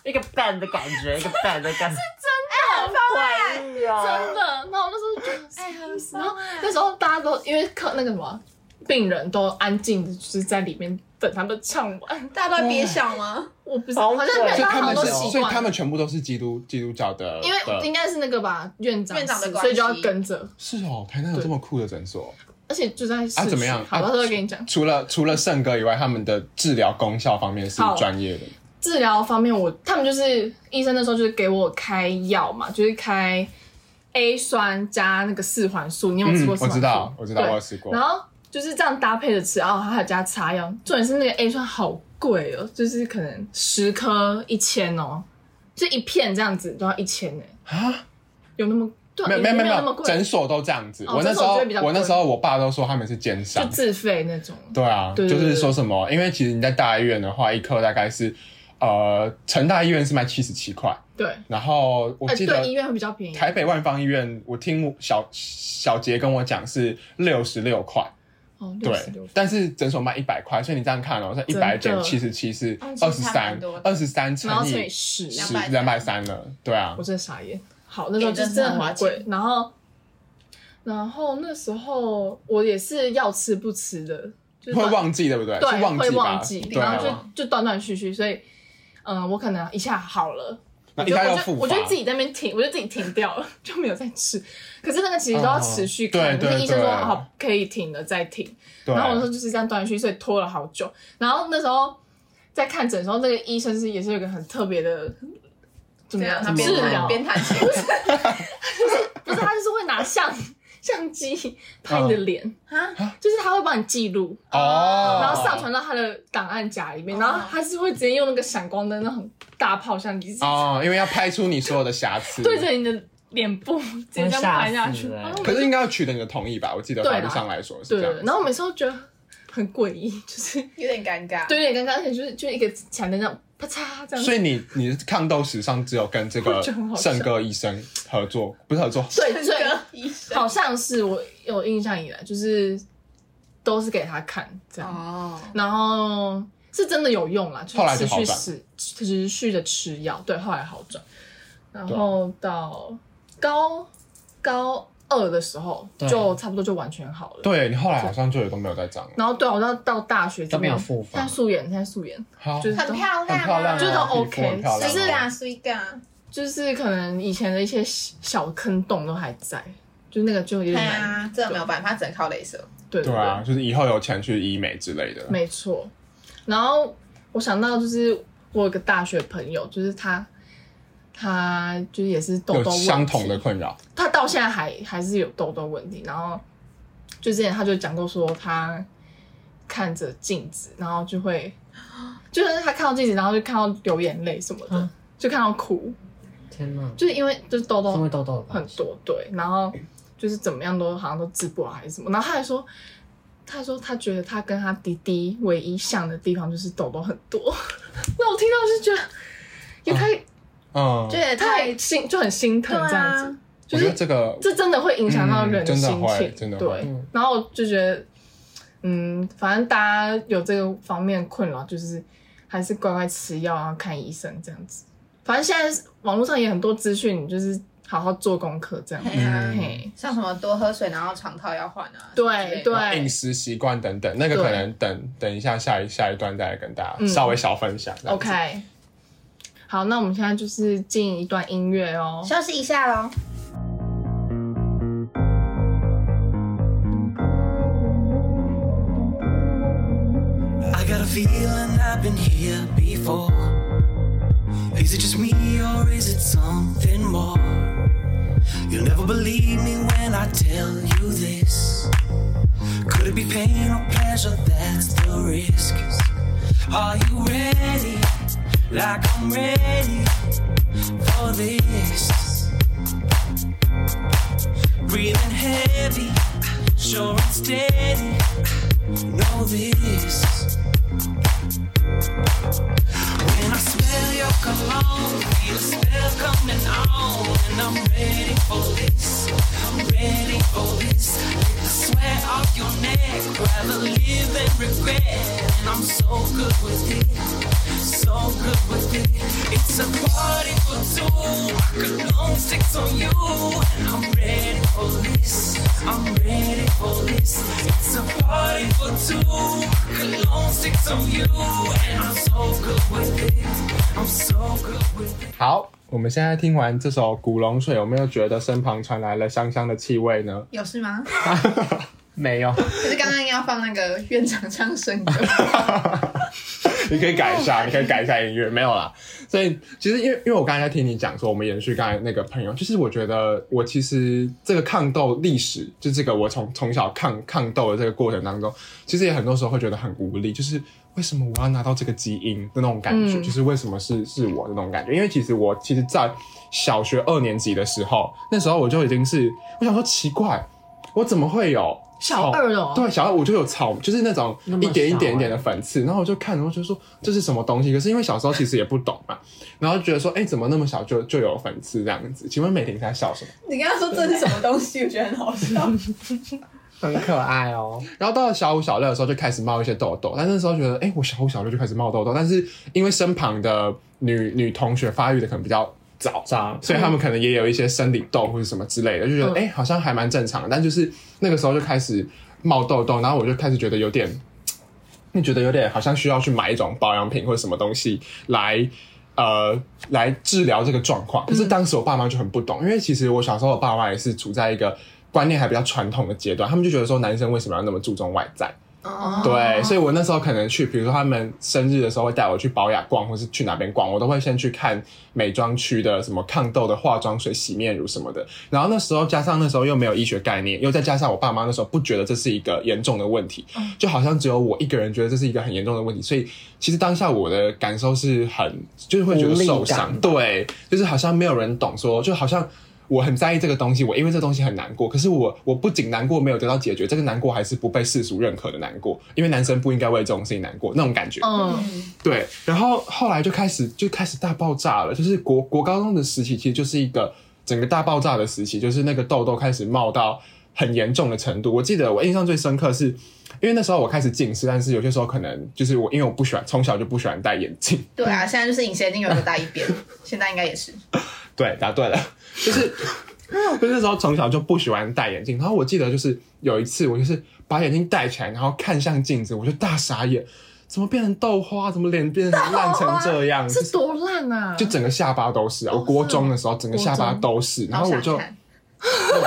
[SPEAKER 3] 一个蛋的感觉，一个蛋的感觉，
[SPEAKER 4] 哎
[SPEAKER 1] 很棒
[SPEAKER 3] 真的
[SPEAKER 4] 真的。然后我那时候就觉得，
[SPEAKER 1] 哎很
[SPEAKER 4] 然后
[SPEAKER 1] 棒哎
[SPEAKER 4] 那时候大家都因为客那个什么病人都安静的，就是在里面等他们唱完。
[SPEAKER 1] 大家都在憋笑吗？
[SPEAKER 4] 我不知
[SPEAKER 3] 好
[SPEAKER 4] 道，好像没有
[SPEAKER 3] 对
[SPEAKER 5] 所以
[SPEAKER 4] 大
[SPEAKER 5] 他
[SPEAKER 4] 家好
[SPEAKER 5] 们
[SPEAKER 4] 像都
[SPEAKER 5] 是，
[SPEAKER 4] 习
[SPEAKER 5] 所以他
[SPEAKER 4] 惯了。
[SPEAKER 5] 们全部都是基督基督教的，
[SPEAKER 4] 因为
[SPEAKER 5] 的
[SPEAKER 4] 应该是那个吧，院长
[SPEAKER 1] 院长的
[SPEAKER 4] 死
[SPEAKER 1] 关
[SPEAKER 4] 所以就要
[SPEAKER 1] 系
[SPEAKER 4] 跟着，
[SPEAKER 5] 是哦，台南有这么酷的诊所
[SPEAKER 4] 而且就在市
[SPEAKER 5] 啊？
[SPEAKER 4] 区。
[SPEAKER 5] 怎么样？
[SPEAKER 4] 好，
[SPEAKER 5] 啊
[SPEAKER 4] 到时候跟你讲。
[SPEAKER 5] 除了除了圣歌以外，他们的治疗功效方面是
[SPEAKER 4] 好
[SPEAKER 5] 专业的。
[SPEAKER 4] 治疗方面我，他们就是医生那时候就是给我开药嘛，就是开 A 酸加那个四环素。你有吃过
[SPEAKER 5] 嗯
[SPEAKER 4] 四
[SPEAKER 5] 我
[SPEAKER 4] 环素？
[SPEAKER 5] 知道我知道
[SPEAKER 4] 对
[SPEAKER 5] 我有吃过
[SPEAKER 4] 然后就就是这样搭配着吃，然后还有加叉腰。重点是那个 A 酸好贵哦，就是可能十颗一千哦，就一片这样子都要一千呢，欸
[SPEAKER 5] 啊，
[SPEAKER 4] 有那么对啊
[SPEAKER 5] 没有没有
[SPEAKER 4] 有
[SPEAKER 5] 没
[SPEAKER 4] 有那么
[SPEAKER 5] 有，
[SPEAKER 4] 贵，
[SPEAKER 5] 诊所都这样子。
[SPEAKER 4] 哦
[SPEAKER 5] 我那
[SPEAKER 4] 诊
[SPEAKER 5] 时
[SPEAKER 4] 所
[SPEAKER 5] 候
[SPEAKER 4] 就会比较
[SPEAKER 5] 我那
[SPEAKER 4] 贵
[SPEAKER 5] 时候我爸都说他们是奸
[SPEAKER 4] 就
[SPEAKER 5] 商，
[SPEAKER 4] 自费那种。
[SPEAKER 5] 对啊，
[SPEAKER 4] 对对
[SPEAKER 5] 就
[SPEAKER 4] 对
[SPEAKER 5] 是说什么？因为其实你在大医院的话，一颗大概是呃，成大医院是卖七十七块，
[SPEAKER 4] 对，
[SPEAKER 5] 然后我
[SPEAKER 4] 哎、
[SPEAKER 5] 记得
[SPEAKER 4] 对，医院会比较便宜。
[SPEAKER 5] 台北万方医院，我听小小杰跟我讲是六十六块，
[SPEAKER 4] 哦，
[SPEAKER 5] 对
[SPEAKER 4] 66，
[SPEAKER 5] 但是诊所卖一百块，所以你这样看哦，像一
[SPEAKER 4] 真
[SPEAKER 5] 百
[SPEAKER 4] 的
[SPEAKER 5] 减七十七是
[SPEAKER 1] 哦
[SPEAKER 5] 二
[SPEAKER 1] 其
[SPEAKER 5] 十
[SPEAKER 1] 实差
[SPEAKER 5] 三
[SPEAKER 1] 蛮多，的
[SPEAKER 5] 二十三
[SPEAKER 4] 然后
[SPEAKER 5] 乘
[SPEAKER 4] 乘以
[SPEAKER 5] 以
[SPEAKER 4] 十，
[SPEAKER 5] 十
[SPEAKER 1] 230
[SPEAKER 5] 两百三了，对啊
[SPEAKER 4] 我，真的傻眼。好，那时候就
[SPEAKER 1] 欸
[SPEAKER 4] 是真的
[SPEAKER 1] 真的很花
[SPEAKER 4] 很贵
[SPEAKER 1] 钱，
[SPEAKER 4] 然后，然后那时候我也是要吃不吃的，就是
[SPEAKER 5] 会忘记对不对？
[SPEAKER 4] 对
[SPEAKER 5] 是忘
[SPEAKER 4] 会
[SPEAKER 5] 记吧
[SPEAKER 4] 忘记，，
[SPEAKER 5] 对
[SPEAKER 4] 然
[SPEAKER 5] 啊
[SPEAKER 4] 后就、就断断续续，所以，嗯、我可能一下好了。
[SPEAKER 5] 那
[SPEAKER 4] 我
[SPEAKER 5] 应
[SPEAKER 4] 就
[SPEAKER 5] 该要
[SPEAKER 4] 我就
[SPEAKER 5] 复
[SPEAKER 4] 我
[SPEAKER 5] 发
[SPEAKER 4] 就。自己在那边停，我就自己停掉了，就没有再吃。可是那个其实都要持续看，
[SPEAKER 5] 哦对对
[SPEAKER 4] 那医生说
[SPEAKER 5] 对
[SPEAKER 4] 好可以停了再停，
[SPEAKER 5] 对
[SPEAKER 4] 然后我那时候就是这样断续，所以拖了好久。然后那时候在看诊的时候，那个医生是也是有一个很特别的，怎么
[SPEAKER 1] 对啊
[SPEAKER 4] 样？
[SPEAKER 1] 他
[SPEAKER 3] 么
[SPEAKER 1] 边
[SPEAKER 4] 治
[SPEAKER 3] 样
[SPEAKER 4] 疗
[SPEAKER 1] 弹边弹琴，不是
[SPEAKER 4] 不是，他就是会拿相 [laughs] 相机拍你的脸，
[SPEAKER 1] 啊，
[SPEAKER 4] 就是他会帮你记录，
[SPEAKER 5] 嗯哦，
[SPEAKER 4] 然后上传到他的档案夹里面，
[SPEAKER 1] 哦
[SPEAKER 4] 然后他是会直接用那个闪光灯那种大炮相机，
[SPEAKER 5] 哦，因为要拍出你所有的瑕疵，
[SPEAKER 4] [laughs] 对着你的脸部直接这样拍下去。
[SPEAKER 3] 吓死了
[SPEAKER 4] 然后我
[SPEAKER 5] 可
[SPEAKER 4] 每
[SPEAKER 5] 是应该要取得你的同意吧？我记得
[SPEAKER 4] 对
[SPEAKER 5] 法
[SPEAKER 4] 啦
[SPEAKER 5] 律上来说是
[SPEAKER 4] 对
[SPEAKER 5] 这样。
[SPEAKER 4] 然后我每次都觉得很诡异，就是
[SPEAKER 1] 有点尴尬。
[SPEAKER 4] 对有点尴尬，而且就是就一个墙灯这样啪嚓这样
[SPEAKER 5] 所以你你的抗斗史上只有跟这个
[SPEAKER 4] 我觉得很好笑
[SPEAKER 5] 圣哥医生合作，不是合作，
[SPEAKER 4] 对
[SPEAKER 1] 这
[SPEAKER 4] 对，
[SPEAKER 1] 个医生
[SPEAKER 4] 好像是我有印象以来，就是都是给他看这样，
[SPEAKER 1] 哦，
[SPEAKER 4] 然后是真的有用啦，就
[SPEAKER 5] 后来
[SPEAKER 4] 是
[SPEAKER 5] 就
[SPEAKER 4] 持
[SPEAKER 5] 好
[SPEAKER 4] 续
[SPEAKER 5] 转
[SPEAKER 4] 吃持续的吃药，对，后来好转。然后
[SPEAKER 5] 啊
[SPEAKER 4] 到高高二的时候，
[SPEAKER 3] 对
[SPEAKER 4] 就差不多就完全好了。
[SPEAKER 5] 对你后来好像就也都没有再长了。
[SPEAKER 4] 然后对啊我到到大学这
[SPEAKER 3] 都没
[SPEAKER 4] 边
[SPEAKER 3] 有复发
[SPEAKER 4] 现在素颜，现在素颜
[SPEAKER 5] 好，
[SPEAKER 4] 就是
[SPEAKER 1] 很漂亮啊，
[SPEAKER 5] 很漂亮啊，
[SPEAKER 4] 就是都
[SPEAKER 5] 皮肤很
[SPEAKER 4] OK，
[SPEAKER 5] 漂亮啊
[SPEAKER 4] 只
[SPEAKER 1] 是
[SPEAKER 4] 是
[SPEAKER 1] 啊，水感，
[SPEAKER 4] 就是可能以前的一些小坑洞都还在，就是那个就有
[SPEAKER 1] 对
[SPEAKER 4] 点难，
[SPEAKER 1] 啊，这没有办法，只能靠镭射。
[SPEAKER 4] 对
[SPEAKER 5] 对
[SPEAKER 4] 对
[SPEAKER 5] 啊，就是以后有钱去医美之类的。
[SPEAKER 4] 没错。然后我想到就是我有个大学朋友，就是他，他就是也是痘
[SPEAKER 5] 有
[SPEAKER 4] 痘问题
[SPEAKER 5] 相同的，困扰，
[SPEAKER 4] 他到现在还还是有痘痘问题。然后就之前他就讲过说他看着镜子，然后就会， [gasps] 就是他看到镜子，然后就看到流眼泪什么的，
[SPEAKER 3] 嗯
[SPEAKER 4] 就看到哭，
[SPEAKER 3] 天哪，
[SPEAKER 4] 就是因为就是痘痘
[SPEAKER 3] 因为痘痘的关
[SPEAKER 4] 很
[SPEAKER 3] 系
[SPEAKER 4] 多对，然后就是怎么样都好像都治不好还是什么，然后他还说，他还说他觉得他跟他弟弟唯一像的地方就是痘痘很多， [laughs] 那我听到就觉得也太、
[SPEAKER 5] 嗯，
[SPEAKER 1] 这也
[SPEAKER 4] 太心就很心疼这样子，，
[SPEAKER 5] 我
[SPEAKER 4] 就
[SPEAKER 5] 觉得
[SPEAKER 4] 是
[SPEAKER 5] 这个
[SPEAKER 4] 这真的会影响到人
[SPEAKER 5] 嗯真的
[SPEAKER 4] 心
[SPEAKER 5] 会
[SPEAKER 4] 情，
[SPEAKER 5] 真的会
[SPEAKER 4] 对
[SPEAKER 3] 嗯，
[SPEAKER 4] 然后我就觉得嗯，反正大家有这个方面的困扰，就是还是乖乖吃药，然后看医生这样子。反正现在网络上也很多资讯，你就是好好做功课这样子。
[SPEAKER 1] 嘿啊
[SPEAKER 5] 嗯
[SPEAKER 4] 嘿，
[SPEAKER 1] 像什么多喝水，然后床套要换啊，之类的
[SPEAKER 4] 对对，
[SPEAKER 5] 然后饮食习惯等等，那个
[SPEAKER 4] 对
[SPEAKER 5] 可能等等一下下一下一段再来跟大家
[SPEAKER 4] 嗯
[SPEAKER 5] 稍微小分享。这样子
[SPEAKER 4] OK，好，那我们现在就是进一段音乐哦。
[SPEAKER 1] 休息一下喽。
[SPEAKER 2] I got a feeling I've been here before. Is it just me or is it something more? You'll never believe me when I tell you this. Could it be pain or pleasure? That's the risk. Are you ready? Like I'm ready for this. Breathing heavy, sure and steady know this. When I smell your cologne, feel a spell coming on, and I'm ready for this. I'm ready for this. Lick the sweat off your neck, rather live than regret. And I'm so good with it, so good with it. It's a party for two. My cologne sticks on you, and I'm ready for this. I'm ready for this. It's a party for two. My cologne sticks on you, and I'm so good with it. I'm so good with it.
[SPEAKER 5] 好，我们现在听完这首《古龙水》，有没有觉得身旁传来了香香的气味呢？ [laughs]
[SPEAKER 1] 有事吗？
[SPEAKER 5] 没有，
[SPEAKER 4] [laughs]
[SPEAKER 1] 可是刚刚要放那个院长唱生歌，
[SPEAKER 5] 你可以改一下，你可以改一下音乐，没有啦。所以其实因为因为我刚才在听你讲说，我们延续刚才那个朋友，就是我觉得我其实这个抗斗历史，就这个我从从小抗抗斗的这个过程当中，其实也很多时候会觉得很无力，就是为什么我要拿到这个基因的那种感觉，
[SPEAKER 4] 嗯
[SPEAKER 5] 就是为什么是是我的那种感觉？因为其实我其实，在小学二年级的时候，那时候我就已经是我想说奇怪，我怎么会有
[SPEAKER 4] 小二了哦
[SPEAKER 5] 对，小二我就有草，就是那种
[SPEAKER 3] 那么
[SPEAKER 5] 一点一
[SPEAKER 3] 小
[SPEAKER 5] 点一
[SPEAKER 3] 欸
[SPEAKER 4] 哎
[SPEAKER 5] 点的粉刺，然后我就看，然后就说这是什么东西？可是因为小时候其实也不懂嘛，然后就觉得说，哎、怎么那么小就就有粉刺这样子？请问美婷在笑什么？
[SPEAKER 1] 你刚刚说这是什么东西，我觉得很好笑。
[SPEAKER 3] 很可爱哦。
[SPEAKER 5] 然后到了小五小六的时候就开始冒一些痘痘，但那时候觉得，哎、我小五小六就开始冒痘痘，但是因为身旁的女女同学发育的可能比较早，
[SPEAKER 3] 长
[SPEAKER 5] 所以他们可能也有一些生理痘或者什么之类的，就觉得
[SPEAKER 4] 嗯
[SPEAKER 5] 哎、诶好像还蛮正常的。但就是那个时候就开始冒痘痘，然后我就开始觉得有点，就觉得有点好像需要去买一种保养品或者什么东西来。呃，来治疗这个状况。可是当时我爸妈就很不懂，因为其实我小时候，我爸妈也是处在一个观念还比较传统的阶段，他们就觉得说男生为什么要那么注重外在？
[SPEAKER 1] [laughs] 哦，
[SPEAKER 5] 对，所以我那时候可能去，比如说他们生日的时候会带我去保养逛，或是去哪边逛，我都会先去看美妆区的什么抗痘的化妆水、洗面乳什么的。然后那时候加上那时候又没有医学概念，又再加上我爸妈那时候不觉得这是一个严重的问题，
[SPEAKER 3] 嗯
[SPEAKER 5] 就好像只有我一个人觉得这是一个很严重的问题，所以其实当下我的感受是很，就是会觉得受伤
[SPEAKER 3] 无力感，
[SPEAKER 5] 对，就是好像没有人懂说，就好像。我很在意这个东西，我因为这东西很难过，可是我我不仅难过没有得到解决，这个难过还是不被世俗认可的难过，因为男生不应该为这种事情难过，那种感觉。
[SPEAKER 4] 嗯，
[SPEAKER 5] 对，然后后来就开始就开始大爆炸了，就是国国高中的时期，其实就是一个整个大爆炸的时期，就是那个痘痘开始冒到很严重的程度。我记得我印象最深刻是，因为那时候我开始近视，但是有些时候可能就是我因为我不喜欢从小就不喜欢戴眼镜，
[SPEAKER 1] 对啊，现在就是隐形眼镜有多大一边，
[SPEAKER 5] [laughs]
[SPEAKER 1] 现在应该也是。
[SPEAKER 5] 对，答对了，就是 [laughs] 就那时候从小就不喜欢戴眼镜，然后我记得就是有一次我就是把眼镜戴起来，然后看向镜子，我就大傻眼，怎么变成豆花？怎么脸变成烂成这样？
[SPEAKER 4] 是多烂啊！
[SPEAKER 5] 就整个下巴都是啊！我国中的时候，整个下巴都是，然后我
[SPEAKER 1] 好想
[SPEAKER 5] 就有
[SPEAKER 1] 看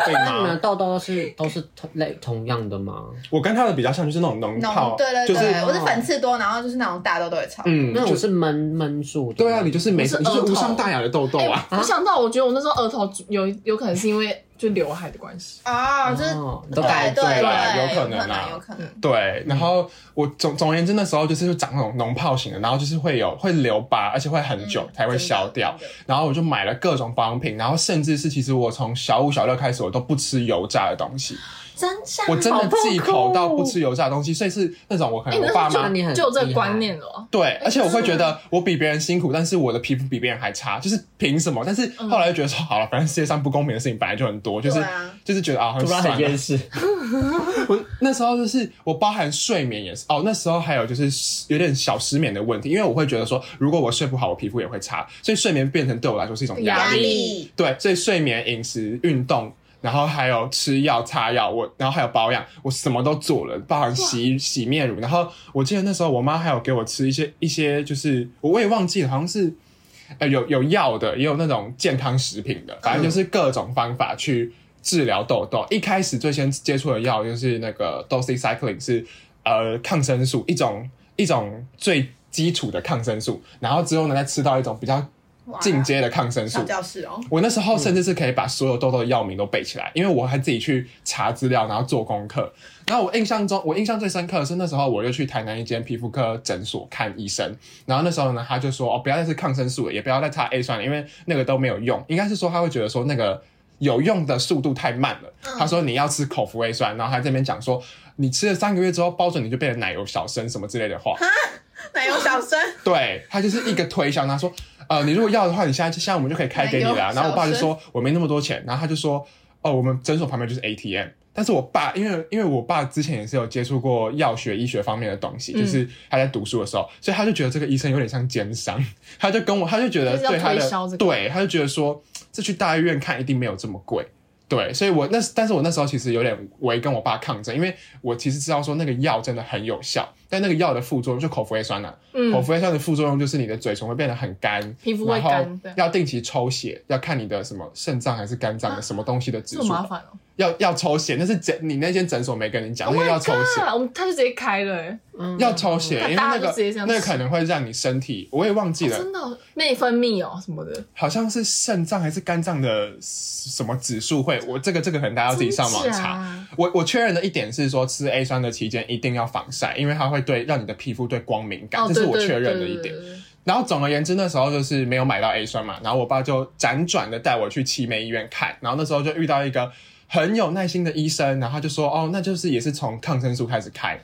[SPEAKER 5] 病
[SPEAKER 3] 那你们的
[SPEAKER 5] 吗？
[SPEAKER 3] 痘痘都是都是同类同样的吗？
[SPEAKER 5] 我跟他的比较像，就是那种脓
[SPEAKER 1] 浓，
[SPEAKER 5] 泡，
[SPEAKER 1] 对对
[SPEAKER 5] 就
[SPEAKER 1] 对，
[SPEAKER 5] 是
[SPEAKER 1] 我是粉刺多，然后就是那种大痘痘也超。
[SPEAKER 5] 嗯，
[SPEAKER 3] 那
[SPEAKER 5] 就
[SPEAKER 3] 我是闷闷住的。
[SPEAKER 5] 对啊，你就是没
[SPEAKER 4] 我
[SPEAKER 5] 事，
[SPEAKER 4] 是
[SPEAKER 5] 你就是
[SPEAKER 4] 额头
[SPEAKER 5] 无伤大雅的痘痘
[SPEAKER 4] 哎
[SPEAKER 5] 啊。
[SPEAKER 4] 我想到，我觉得我那时候额头有有可能是因为就刘海的关系，
[SPEAKER 1] 哦，就是
[SPEAKER 3] 哦
[SPEAKER 1] 对
[SPEAKER 3] 都改
[SPEAKER 1] 对
[SPEAKER 3] 罪
[SPEAKER 1] 对，
[SPEAKER 5] 了有可
[SPEAKER 1] 可
[SPEAKER 5] 能啊
[SPEAKER 1] 有可能。
[SPEAKER 5] 对，然后我总总而言之，那时候就是会长那种脓泡型的，然后就是会有会留疤，而且会很久
[SPEAKER 1] 嗯
[SPEAKER 5] 才会消掉。然后我就买了各种保养品，然后甚至是其实我从小五小六开始，我都不吃油炸的东西，
[SPEAKER 1] 真相
[SPEAKER 5] 我真
[SPEAKER 3] 好
[SPEAKER 5] 的
[SPEAKER 3] 痛
[SPEAKER 5] 忌
[SPEAKER 3] 苦
[SPEAKER 5] 口到不吃油炸的东西，所以是那种我可
[SPEAKER 4] 哎，
[SPEAKER 5] 能我
[SPEAKER 4] 你那
[SPEAKER 5] 爸
[SPEAKER 4] 时
[SPEAKER 5] 妈
[SPEAKER 4] 候
[SPEAKER 3] 你
[SPEAKER 4] 就
[SPEAKER 3] 很
[SPEAKER 4] 就有这个
[SPEAKER 3] 厉
[SPEAKER 4] 观
[SPEAKER 3] 害
[SPEAKER 4] 念了哦。
[SPEAKER 5] 对，而且我会觉得我比别人辛苦，但是我的皮肤比别人还差，就是凭什么？但是后来就觉得说，好了，反正世界上不公平的事情本来就很多，就是、
[SPEAKER 1] 对啊
[SPEAKER 5] 就是觉得啊，很
[SPEAKER 3] 突然
[SPEAKER 5] 爽、
[SPEAKER 3] 很厌
[SPEAKER 5] 啊。
[SPEAKER 3] 世，
[SPEAKER 5] 我那时候就是我包含睡眠也是哦，那时候还有就是有点小失眠的问题，因为我会觉得说，如果我睡不好，我皮肤也会差，所以睡眠变成对我来说是一种压
[SPEAKER 1] 压
[SPEAKER 5] 力。
[SPEAKER 1] 力，
[SPEAKER 5] 对，所以睡眠、饮食、运动。然后还有吃药、擦药，我然后还有保养，我什么都做了，包含洗洗面乳。然后我记得那时候我妈还有给我吃一些一些，就是我也忘记了，好像是呃有有药的，也有那种健康食品的，反正就是各种方法去治疗痘痘。一开始最先接触的药就是那个 doxycycline，是呃抗生素一种一种最基础的抗生素。然后之后呢，再吃到一种比较
[SPEAKER 1] 哇
[SPEAKER 5] 进阶的抗生素
[SPEAKER 1] 小，教室哦， [laughs]
[SPEAKER 5] 我那时候甚至是可以把所有痘痘的药名都背起来，因为我还自己去查资料，然后做功课。然后我印象中，我印象最深刻的是那时候我又去台南一间皮肤科诊所看医生，然后那时候呢，他就说哦，不要再吃抗生素了，也不要再擦 A 酸了，因为那个都没有用。应该是说他会觉得说那个有用的速度太慢了。他说你要吃口服 A 酸，然后他这边讲说你吃了三个月之后，包准你就变成奶油小生什么之类的话。
[SPEAKER 1] 奶油小生，
[SPEAKER 5] 对他就是一个推销，他说，呃，你如果要的话，你现在现在我们就可以开给你了啊。
[SPEAKER 1] 哎呦
[SPEAKER 5] 然后我爸就
[SPEAKER 1] 小
[SPEAKER 5] 说，我没那么多钱，然后他就说，哦，我们诊所旁边就是 ATM。但是我爸，因为因为我爸之前也是有接触过药学、医学方面的东西，
[SPEAKER 4] 嗯
[SPEAKER 5] 就是他在读书的时候，所以他就觉得这个医生有点像奸
[SPEAKER 4] [laughs]
[SPEAKER 5] 商，他就跟我，他就觉得
[SPEAKER 4] 就是要
[SPEAKER 5] 对他
[SPEAKER 4] 推销
[SPEAKER 5] 的，
[SPEAKER 4] 这个
[SPEAKER 5] 对，他就觉得说这去大医院看一定没有这么贵，对，所以我那但是我那时候其实有点为跟我爸抗争，因为我其实知道说那个药真的很有效，但那个药的副作用就口服 A 酸呐、
[SPEAKER 4] 嗯
[SPEAKER 5] 口服 A 酸的副作用就是你的嘴唇会变得很干，
[SPEAKER 4] 皮肤会
[SPEAKER 5] 然后
[SPEAKER 4] 干对
[SPEAKER 5] 要定期抽血，要看你的什么肾脏还是肝脏的什么东西的指
[SPEAKER 4] 这
[SPEAKER 5] 数，
[SPEAKER 4] 么麻烦哦，
[SPEAKER 5] 要要抽血，那是诊你那间诊所没跟你讲，那个要抽血。
[SPEAKER 4] 啊，我们他就直接开了、欸，
[SPEAKER 5] 要抽血，因为
[SPEAKER 4] 大
[SPEAKER 5] 那
[SPEAKER 4] 家就
[SPEAKER 5] 个
[SPEAKER 4] 直接这样
[SPEAKER 5] 那个
[SPEAKER 4] 吃
[SPEAKER 5] 可能会让你身体，我也忘记了，
[SPEAKER 4] 真的哦内分泌哦什么的，
[SPEAKER 5] 好像是肾脏还是肝脏的什么指数会，我这个这个可能大家要自己上网
[SPEAKER 4] 真
[SPEAKER 5] 查。
[SPEAKER 4] 假
[SPEAKER 5] 我我确认的一点是说，吃 A 酸的期间一定要防晒，因为它会对让你的皮肤对光敏感，
[SPEAKER 4] 哦，
[SPEAKER 5] 这是我
[SPEAKER 4] 对
[SPEAKER 5] 确认的一。点
[SPEAKER 4] 对。对对对
[SPEAKER 5] 然后总而言之，那时候就是没有买到 A 酸嘛，然后我爸就辗转的带我去奇美医院看，然后那时候就遇到一个很有耐心的医生，然后他就说，哦，那就是也是从抗生素开始开，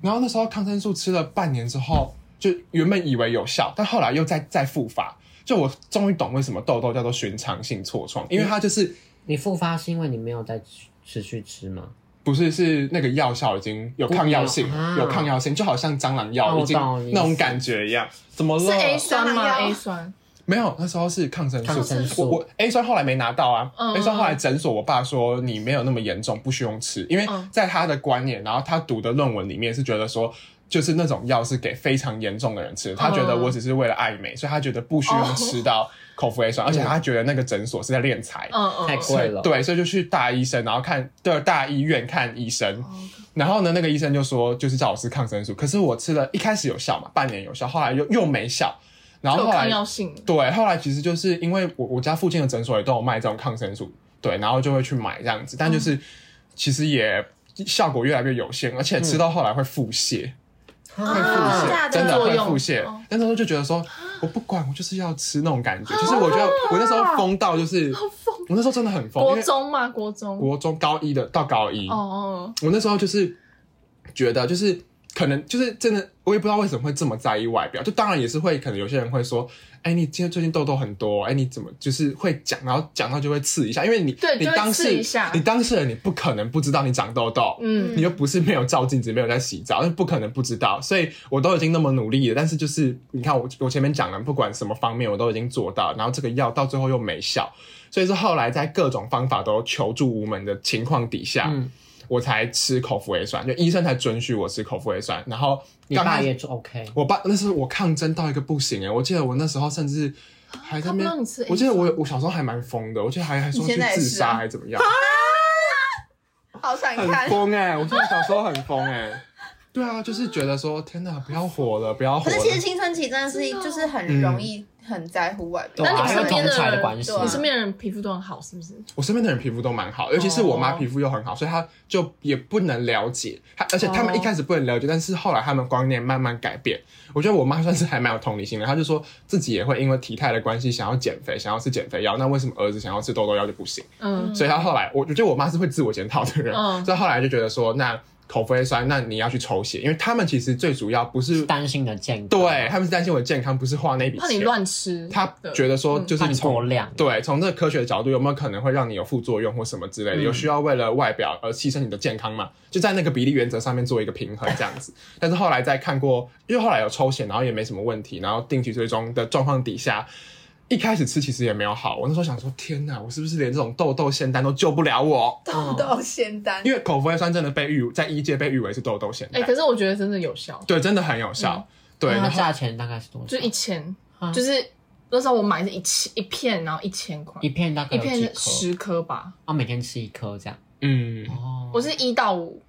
[SPEAKER 5] 然后那时候抗生素吃了半年之后，就原本以为有效，但后来又再再复发，就我终于懂为什么痘痘叫做寻常性痤疮，因为它就是
[SPEAKER 3] 你复发是因为你没有在持续吃吗？
[SPEAKER 5] 不是是那个药效已经有抗药性
[SPEAKER 3] 不一样，啊
[SPEAKER 5] 有抗药性，就好像蟑螂
[SPEAKER 3] 哦
[SPEAKER 5] 药
[SPEAKER 3] 我
[SPEAKER 5] 已经
[SPEAKER 3] 懂你意思
[SPEAKER 5] 那种感觉一样，怎么
[SPEAKER 4] 是
[SPEAKER 5] 了？
[SPEAKER 4] A 酸
[SPEAKER 1] 当
[SPEAKER 4] 吗
[SPEAKER 1] 然要
[SPEAKER 4] ？A 酸，
[SPEAKER 5] 没有，那时候是抗生素。
[SPEAKER 3] 抗生素
[SPEAKER 5] 我我 A 酸后来没拿到啊、
[SPEAKER 4] 嗯
[SPEAKER 5] a 酸后来诊所，我爸说你没有那么严重，不需要吃，因为
[SPEAKER 4] 嗯
[SPEAKER 5] 在他的观念，然后他读的论文里面是觉得说。就是那种药是给非常严重的人
[SPEAKER 4] 嗯
[SPEAKER 5] 吃的，他觉得我只是为了爱美，所以他觉得不需要吃到口服 A
[SPEAKER 4] 哦
[SPEAKER 5] 酸，而且他觉得那个诊所是在敛财，
[SPEAKER 4] 嗯嗯，
[SPEAKER 3] 太
[SPEAKER 4] 嗯
[SPEAKER 3] 贵
[SPEAKER 5] 所以
[SPEAKER 3] 了
[SPEAKER 5] 对，所以就去大医生，然后看对大医院看医
[SPEAKER 4] 哦
[SPEAKER 5] 生。然后呢，那个医生就说，就是叫我吃抗生素，可是我吃了一开始有效嘛，半年有效，后来又又没效，然后
[SPEAKER 4] 有
[SPEAKER 5] 后来
[SPEAKER 4] 抗药性，
[SPEAKER 5] 对，后来其实就是因为我我家附近的诊所也都有卖这种抗生素，对，然后就会去买这样子，但
[SPEAKER 4] 嗯
[SPEAKER 5] 就是、其实也效果越来越有限，而且吃
[SPEAKER 4] 嗯
[SPEAKER 5] 到后来会腹泻，会腹
[SPEAKER 1] 啊真的
[SPEAKER 5] 泻，
[SPEAKER 1] 假的
[SPEAKER 5] 真的
[SPEAKER 4] 作
[SPEAKER 5] 会
[SPEAKER 4] 用
[SPEAKER 5] 腹泻
[SPEAKER 4] 哦。
[SPEAKER 5] 但那时候就觉得说，我不管，我就是要吃那种感觉，就是我觉得我那时候疯到就是，我那时候真的很疯，因
[SPEAKER 4] 啊国
[SPEAKER 5] 为
[SPEAKER 4] 中嘛，国中，哦
[SPEAKER 5] 国中高一的到高一，
[SPEAKER 4] 哦，
[SPEAKER 5] 我那时候就是觉得，就是可能就是真的，我也不知道为什么会这么在意外表。就当然也是会，可能有些人会说，哎、你今天最近痘痘很多，哎、你怎么就是会讲，然后讲到就会刺一下，因为你
[SPEAKER 4] 对
[SPEAKER 5] 你
[SPEAKER 4] 就会
[SPEAKER 5] 当
[SPEAKER 4] 刺
[SPEAKER 5] 事
[SPEAKER 4] 一下
[SPEAKER 5] 你当事人，你不可能不知道你长痘痘。
[SPEAKER 4] 嗯，
[SPEAKER 5] 你又不是没有照镜子，没有在洗澡，那不可能不知道。所以我都已经那么努力了，但是就是你看我，我前面讲了，不管什么方面我都已经做到，然后这个药到最后又没效，所以是后来在各种方法都求助无门的情况底下，
[SPEAKER 3] 嗯，
[SPEAKER 5] 我才吃口服 A 酸，就医生才准许我吃口服 A 酸。然后
[SPEAKER 3] 你
[SPEAKER 5] 刚
[SPEAKER 3] 爸
[SPEAKER 5] 开
[SPEAKER 3] 也
[SPEAKER 5] 始，
[SPEAKER 3] 就 OK，
[SPEAKER 5] 我爸那时候我抗争到一个不行哎、我记得我那时候甚至还在那
[SPEAKER 4] 他不让
[SPEAKER 5] 边
[SPEAKER 4] 你吃 A 酸
[SPEAKER 5] 我记得我有我小时候还蛮疯的，我记得还还说
[SPEAKER 1] 你
[SPEAKER 5] 去
[SPEAKER 1] 现在也
[SPEAKER 5] 自
[SPEAKER 1] 是啊
[SPEAKER 5] 杀还怎么样，
[SPEAKER 1] 好想看
[SPEAKER 5] 很。疯哎、我记得小时候很疯哎、对啊，就是觉得说天哪，不要活了，不要活
[SPEAKER 1] 可
[SPEAKER 5] 了
[SPEAKER 1] 是。其实青春期真的是啊
[SPEAKER 4] 真的哦
[SPEAKER 1] 就是很容
[SPEAKER 5] 嗯
[SPEAKER 1] 易很在乎外表
[SPEAKER 3] 对，啊
[SPEAKER 4] 那你
[SPEAKER 3] 还有
[SPEAKER 4] 身
[SPEAKER 3] 同
[SPEAKER 4] 边的
[SPEAKER 3] 才的
[SPEAKER 4] 人
[SPEAKER 3] 关系
[SPEAKER 1] 对啊
[SPEAKER 4] 你身边的人皮肤都很好，是不是？
[SPEAKER 5] 我身边的人皮肤都蛮好，尤其是我
[SPEAKER 1] 哦
[SPEAKER 5] 妈皮肤又很好，所以她就也不能了解，她而且他
[SPEAKER 1] 哦
[SPEAKER 5] 们一开始不能了解，但是后来他们观念慢慢改变。我觉得我妈算是还蛮有同理心的，她就说自己也会因为体态的关系想要减肥，想要吃减肥药，那为什么儿子想要吃痘痘药就不行？
[SPEAKER 4] 嗯，
[SPEAKER 5] 所以她后来，我我觉得我妈是会自我检讨的人，
[SPEAKER 4] 嗯
[SPEAKER 5] 所以后来就觉得说，那口服 A 酸，那你要去抽血，因为他们其实最主要不是
[SPEAKER 3] 担心的健康，
[SPEAKER 5] 对，，他们是担心我的健康，不是花那笔
[SPEAKER 4] 怕你
[SPEAKER 5] 钱。
[SPEAKER 4] 乱嗯吃，
[SPEAKER 5] 他
[SPEAKER 4] 对
[SPEAKER 5] 觉得说，就是
[SPEAKER 3] 看
[SPEAKER 5] 从
[SPEAKER 3] 过量，
[SPEAKER 5] 对，从这个科学的角度，有没有可能会让你有副作用或什么之类的？
[SPEAKER 3] 嗯
[SPEAKER 5] 有需要为了外表而牺牲你的健康嘛？就在那个比例原则上面做一个平衡这样
[SPEAKER 4] [laughs]
[SPEAKER 5] 子。但是后来再看过，因为后来有抽血，然后也没什么问题，然后定期追踪的状况底下，一开始吃其实也没有好。我那时候想说，天哪，我是不是连这种痘痘仙丹都救不了我？
[SPEAKER 1] 痘痘仙丹
[SPEAKER 5] 因为口服 A 酸真的被誉在医界被誉为是痘痘仙
[SPEAKER 4] 嗯哎、
[SPEAKER 5] 丹，
[SPEAKER 4] 可是我嗯觉得真的有效，
[SPEAKER 5] 对，真的很有效。对，
[SPEAKER 3] 那
[SPEAKER 5] 然
[SPEAKER 3] 它
[SPEAKER 5] 后
[SPEAKER 3] 价钱大概是多少？
[SPEAKER 4] 就一千，
[SPEAKER 3] 啊
[SPEAKER 4] 就是那时候我买是一千一片，然后一千块，
[SPEAKER 3] 一片大概
[SPEAKER 4] 一
[SPEAKER 3] 有
[SPEAKER 4] 片
[SPEAKER 3] 几
[SPEAKER 4] 是
[SPEAKER 3] 颗？
[SPEAKER 4] 十颗吧，
[SPEAKER 3] 啊，每天吃一颗这样。
[SPEAKER 5] 嗯，
[SPEAKER 3] 哦，
[SPEAKER 4] 我是一到五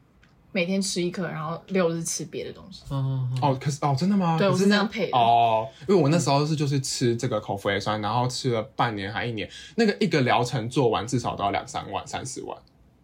[SPEAKER 4] 每天吃一颗，然后六日吃别的东西。
[SPEAKER 3] 嗯，嗯嗯
[SPEAKER 5] 哦，可是哦，真的吗？
[SPEAKER 4] 对
[SPEAKER 5] 可
[SPEAKER 4] 我是
[SPEAKER 5] 那
[SPEAKER 4] 这样配的
[SPEAKER 5] 哦，因为我那时候是就是吃这个口服 A 酸，然后吃了半年还一年，那个一个疗程做完至少都要两三万、三四万。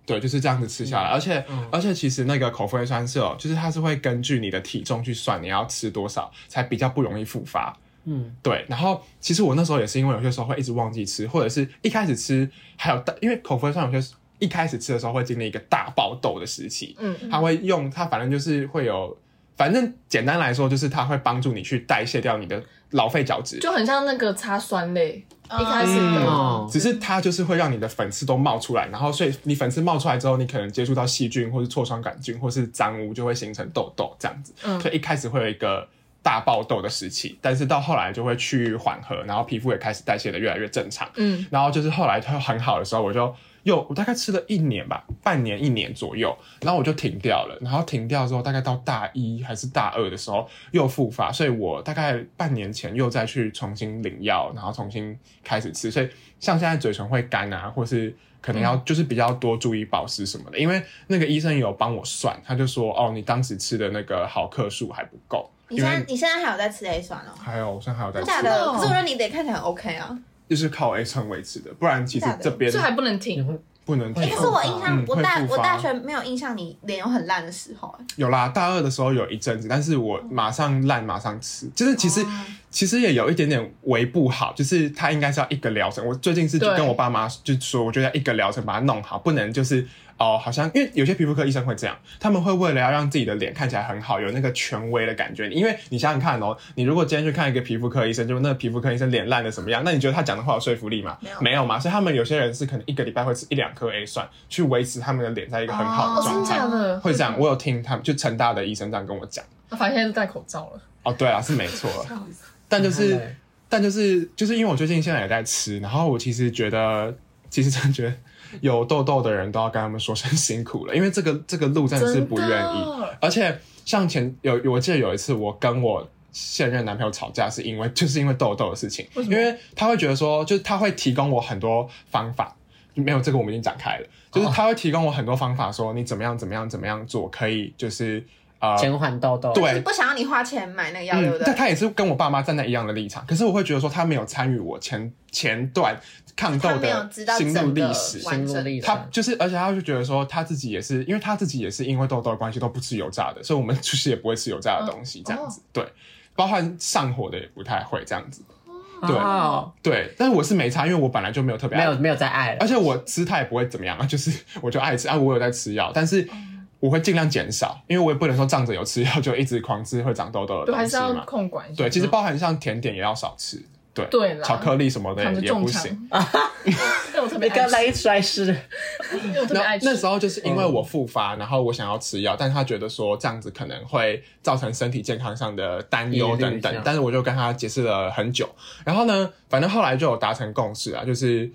[SPEAKER 5] 对，就是这样子吃下来，而且、
[SPEAKER 3] 嗯
[SPEAKER 5] 而且其实那个口服 A 酸是有，就是它是会根据你的体重去算你要吃多少，才比较不容易复发。
[SPEAKER 3] 嗯，
[SPEAKER 5] 对，然后其实我那时候也是因为有些时候会一直忘记吃，或者是一开始吃，还有大因为口服上有些一开始吃的时候会经历一个大爆痘的时期，
[SPEAKER 4] 嗯，
[SPEAKER 5] 它会用它反正就是会有，反正简单来说就是它会帮助你去代谢掉你的老废角质，
[SPEAKER 4] 就很像那个擦酸类，一开始
[SPEAKER 5] 嗯
[SPEAKER 4] 的、
[SPEAKER 3] 哦
[SPEAKER 5] 只是它就是会让你的粉刺都冒出来，然后所以你粉刺冒出来之后，你可能接触到细菌或是痤疮杆菌或是脏污，就会形成痘痘这样子。
[SPEAKER 4] 嗯
[SPEAKER 5] 所以一开始会有一个大爆痘的时期，但是到后来就会趋于缓和，然后皮肤也开始代谢的越来越正常。
[SPEAKER 4] 嗯，
[SPEAKER 5] 然后就是后来它很好的时候，我就又我大概吃了一年吧，半年一年左右，然后我就停掉了。然后停掉之后，大概到大一还是大二的时候又复发，所以我大概半年前又再去重新领药，然后重新开始吃。所以像现在嘴唇会干啊，或是可能
[SPEAKER 1] 嗯
[SPEAKER 5] 要就是比较多注意保湿什么的，因为那个医生有帮我算，他就说哦，你当时吃的那个毫克数还不够，
[SPEAKER 1] 你
[SPEAKER 5] 因
[SPEAKER 1] 现在
[SPEAKER 5] 为
[SPEAKER 1] 你现在还有在吃 A 酸哦？
[SPEAKER 5] 还有我现在还有在
[SPEAKER 1] 真假
[SPEAKER 5] 吃，
[SPEAKER 1] 的？
[SPEAKER 4] 哦
[SPEAKER 1] 可是我觉得你得看起来很 OK 啊。
[SPEAKER 5] 就是靠 A 醇维持的，不然其实
[SPEAKER 1] 真假的
[SPEAKER 5] 这边
[SPEAKER 4] 这还不能
[SPEAKER 3] 你
[SPEAKER 4] 停，
[SPEAKER 3] 会
[SPEAKER 5] 不能
[SPEAKER 1] 哎、
[SPEAKER 5] 停
[SPEAKER 1] 可是我印象，
[SPEAKER 5] 嗯
[SPEAKER 1] 我大
[SPEAKER 5] 会复发
[SPEAKER 1] 我大学没有印象你脸有很烂的时候、哎
[SPEAKER 5] 有啦，大二的时候有一阵子，但是我马上烂，马上吃，就是其实、
[SPEAKER 1] 哦
[SPEAKER 5] 其实也有一点点微不好，就是它应该是要一个疗程。我最近是就
[SPEAKER 4] 对
[SPEAKER 5] 跟我爸妈就说，我就要一个疗程把它弄好，不能就是哦、好像因为有些皮肤科医生会这样，他们会为了要让自己的脸看起来很好，有那个权威的感觉。因为你想想看哦，你如果今天去看一个皮肤科医生，就那个皮肤科医生脸烂的什么样，那你觉得他讲的话有说服力吗？
[SPEAKER 1] 没有
[SPEAKER 5] 嘛，所以他们有些人是可能一个礼拜会吃一两颗 A 酸，去维持他们的脸在一个很好
[SPEAKER 1] 哦
[SPEAKER 5] 的
[SPEAKER 4] 真
[SPEAKER 5] 状态。
[SPEAKER 4] 假 [laughs] 的
[SPEAKER 5] 会这样，我有听他们就成大的医生这样跟我讲。
[SPEAKER 4] 我发现现在都戴口罩了，
[SPEAKER 5] 哦，对啊，是没错
[SPEAKER 4] [laughs]
[SPEAKER 5] 啊，但就是但就是就是因为我最近现在也在吃，然后我其实觉得， [laughs] 其实真的觉得有痘痘的人都要跟他们说声辛苦了，因为这个这个路真的是不愿意，
[SPEAKER 4] 真的
[SPEAKER 5] 而且像前有我记得有一次我跟我。现任男朋友吵架是因为 [laughs] 就是因为痘痘的事情，
[SPEAKER 4] 为什
[SPEAKER 5] 因
[SPEAKER 4] 么
[SPEAKER 5] 为他会觉得说，就是他会提供我很多方法，没有这个我们已经展开了，
[SPEAKER 4] 哦
[SPEAKER 5] 就是他会提供我很多方法，说你怎么样怎么样怎么样做可以，就是呃
[SPEAKER 3] 减缓痘痘，
[SPEAKER 5] 对
[SPEAKER 1] 就是哎不想要你花钱买那个药，对
[SPEAKER 5] 嗯
[SPEAKER 1] 不，对
[SPEAKER 5] 但？他也是跟我爸妈站在一样的立场，可是我会觉得说他没有参与我前前段抗
[SPEAKER 1] 他
[SPEAKER 5] 痘
[SPEAKER 1] 没有
[SPEAKER 5] 的
[SPEAKER 1] 知道
[SPEAKER 5] 心路
[SPEAKER 1] 整
[SPEAKER 5] 历
[SPEAKER 1] 个
[SPEAKER 5] 史。
[SPEAKER 3] 心路历
[SPEAKER 5] 他
[SPEAKER 3] 程。
[SPEAKER 5] 就是，而且他就觉得说他自己也是，因为他自己也是因为痘痘的关系都不吃油炸的，所以我们 [laughs] 其实也不会吃油炸
[SPEAKER 1] 哦
[SPEAKER 5] 的东西，这样子、对，包含上火的也不太会这样子对
[SPEAKER 3] 哦
[SPEAKER 5] 对。但是我是没差，因为我本来就没有特别
[SPEAKER 3] 没
[SPEAKER 5] 爱
[SPEAKER 3] 有没有再爱了
[SPEAKER 5] 而。且我吃它也不会怎么样啊，就是 [laughs] 我就爱吃啊，我有在吃药，但是
[SPEAKER 1] 哦
[SPEAKER 5] 我会尽量减少，因为我也不能说仗着有吃药就一直狂吃会长痘痘的
[SPEAKER 4] 对，还
[SPEAKER 5] 东
[SPEAKER 4] 是
[SPEAKER 5] 西
[SPEAKER 4] 要
[SPEAKER 5] 嘛。
[SPEAKER 4] 控管一下。嗯
[SPEAKER 5] 对，其实包含像甜点也要少吃，对，
[SPEAKER 4] 对啦
[SPEAKER 5] 巧克力什么的
[SPEAKER 4] 躺着
[SPEAKER 5] 也
[SPEAKER 4] 中
[SPEAKER 5] 不
[SPEAKER 4] 枪
[SPEAKER 5] 行。，
[SPEAKER 4] 因为我特别
[SPEAKER 3] [laughs] 你
[SPEAKER 4] 爱
[SPEAKER 3] 刚才
[SPEAKER 4] 吃，
[SPEAKER 3] 一摔是，
[SPEAKER 4] 因为我特
[SPEAKER 5] 然
[SPEAKER 4] 别爱
[SPEAKER 5] 后
[SPEAKER 4] 吃。
[SPEAKER 5] 那时候就是因为我复发，然后我想要吃药，但他觉得说这样子可能会造成身体健康上的担忧
[SPEAKER 3] 疑虑
[SPEAKER 5] 等
[SPEAKER 3] 这
[SPEAKER 5] 等
[SPEAKER 3] 样，
[SPEAKER 5] 但是我就跟他解释了很久。然后呢，反正后来就有达成共识啊，就是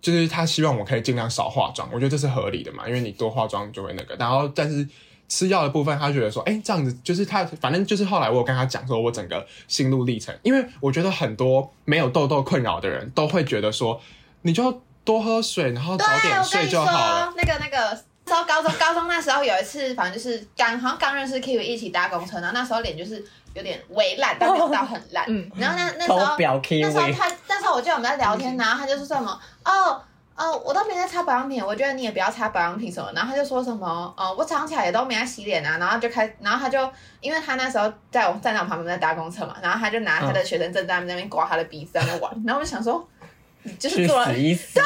[SPEAKER 5] 就是他希望我可以尽量少化妆，我觉得这是合理的嘛，因为你多化妆就会那个。然后但是。吃药的部分，他觉得说，哎、这样子就是他，反正就是后来我有跟他讲说，我整个心路历程，因为我觉得很多没有痘痘困扰的人都会觉得说，你就多喝水，然后早
[SPEAKER 1] 对，啊
[SPEAKER 5] 点
[SPEAKER 1] 我跟
[SPEAKER 5] 睡
[SPEAKER 1] 你
[SPEAKER 5] 就
[SPEAKER 1] 说
[SPEAKER 5] 好了。，
[SPEAKER 1] 那个那个，那时候高中高中那时候有一次，反正就是刚好像刚认识 Kiwi 一起搭公车，然后那时候脸就是有点微烂，但没有到很烂。
[SPEAKER 4] 嗯
[SPEAKER 1] 然后那那时
[SPEAKER 3] 都
[SPEAKER 1] 候
[SPEAKER 3] 表
[SPEAKER 1] 那时候
[SPEAKER 3] Kiwi，
[SPEAKER 1] 他那时候我记得我们在聊天，然后他就说什么哦。哦，我都没在擦保养品，我觉得你也不要擦保养品什么。然后他就说什么，呃，我早上起来也都没在洗脸啊。然后就开，然后他就，因为他那时候在我站在我旁边在搭公车嘛，然后他就拿他的学生证在那边刮他的鼻子在那边玩。然后我就想说，你就是
[SPEAKER 3] 去
[SPEAKER 1] 做了
[SPEAKER 3] 死一死，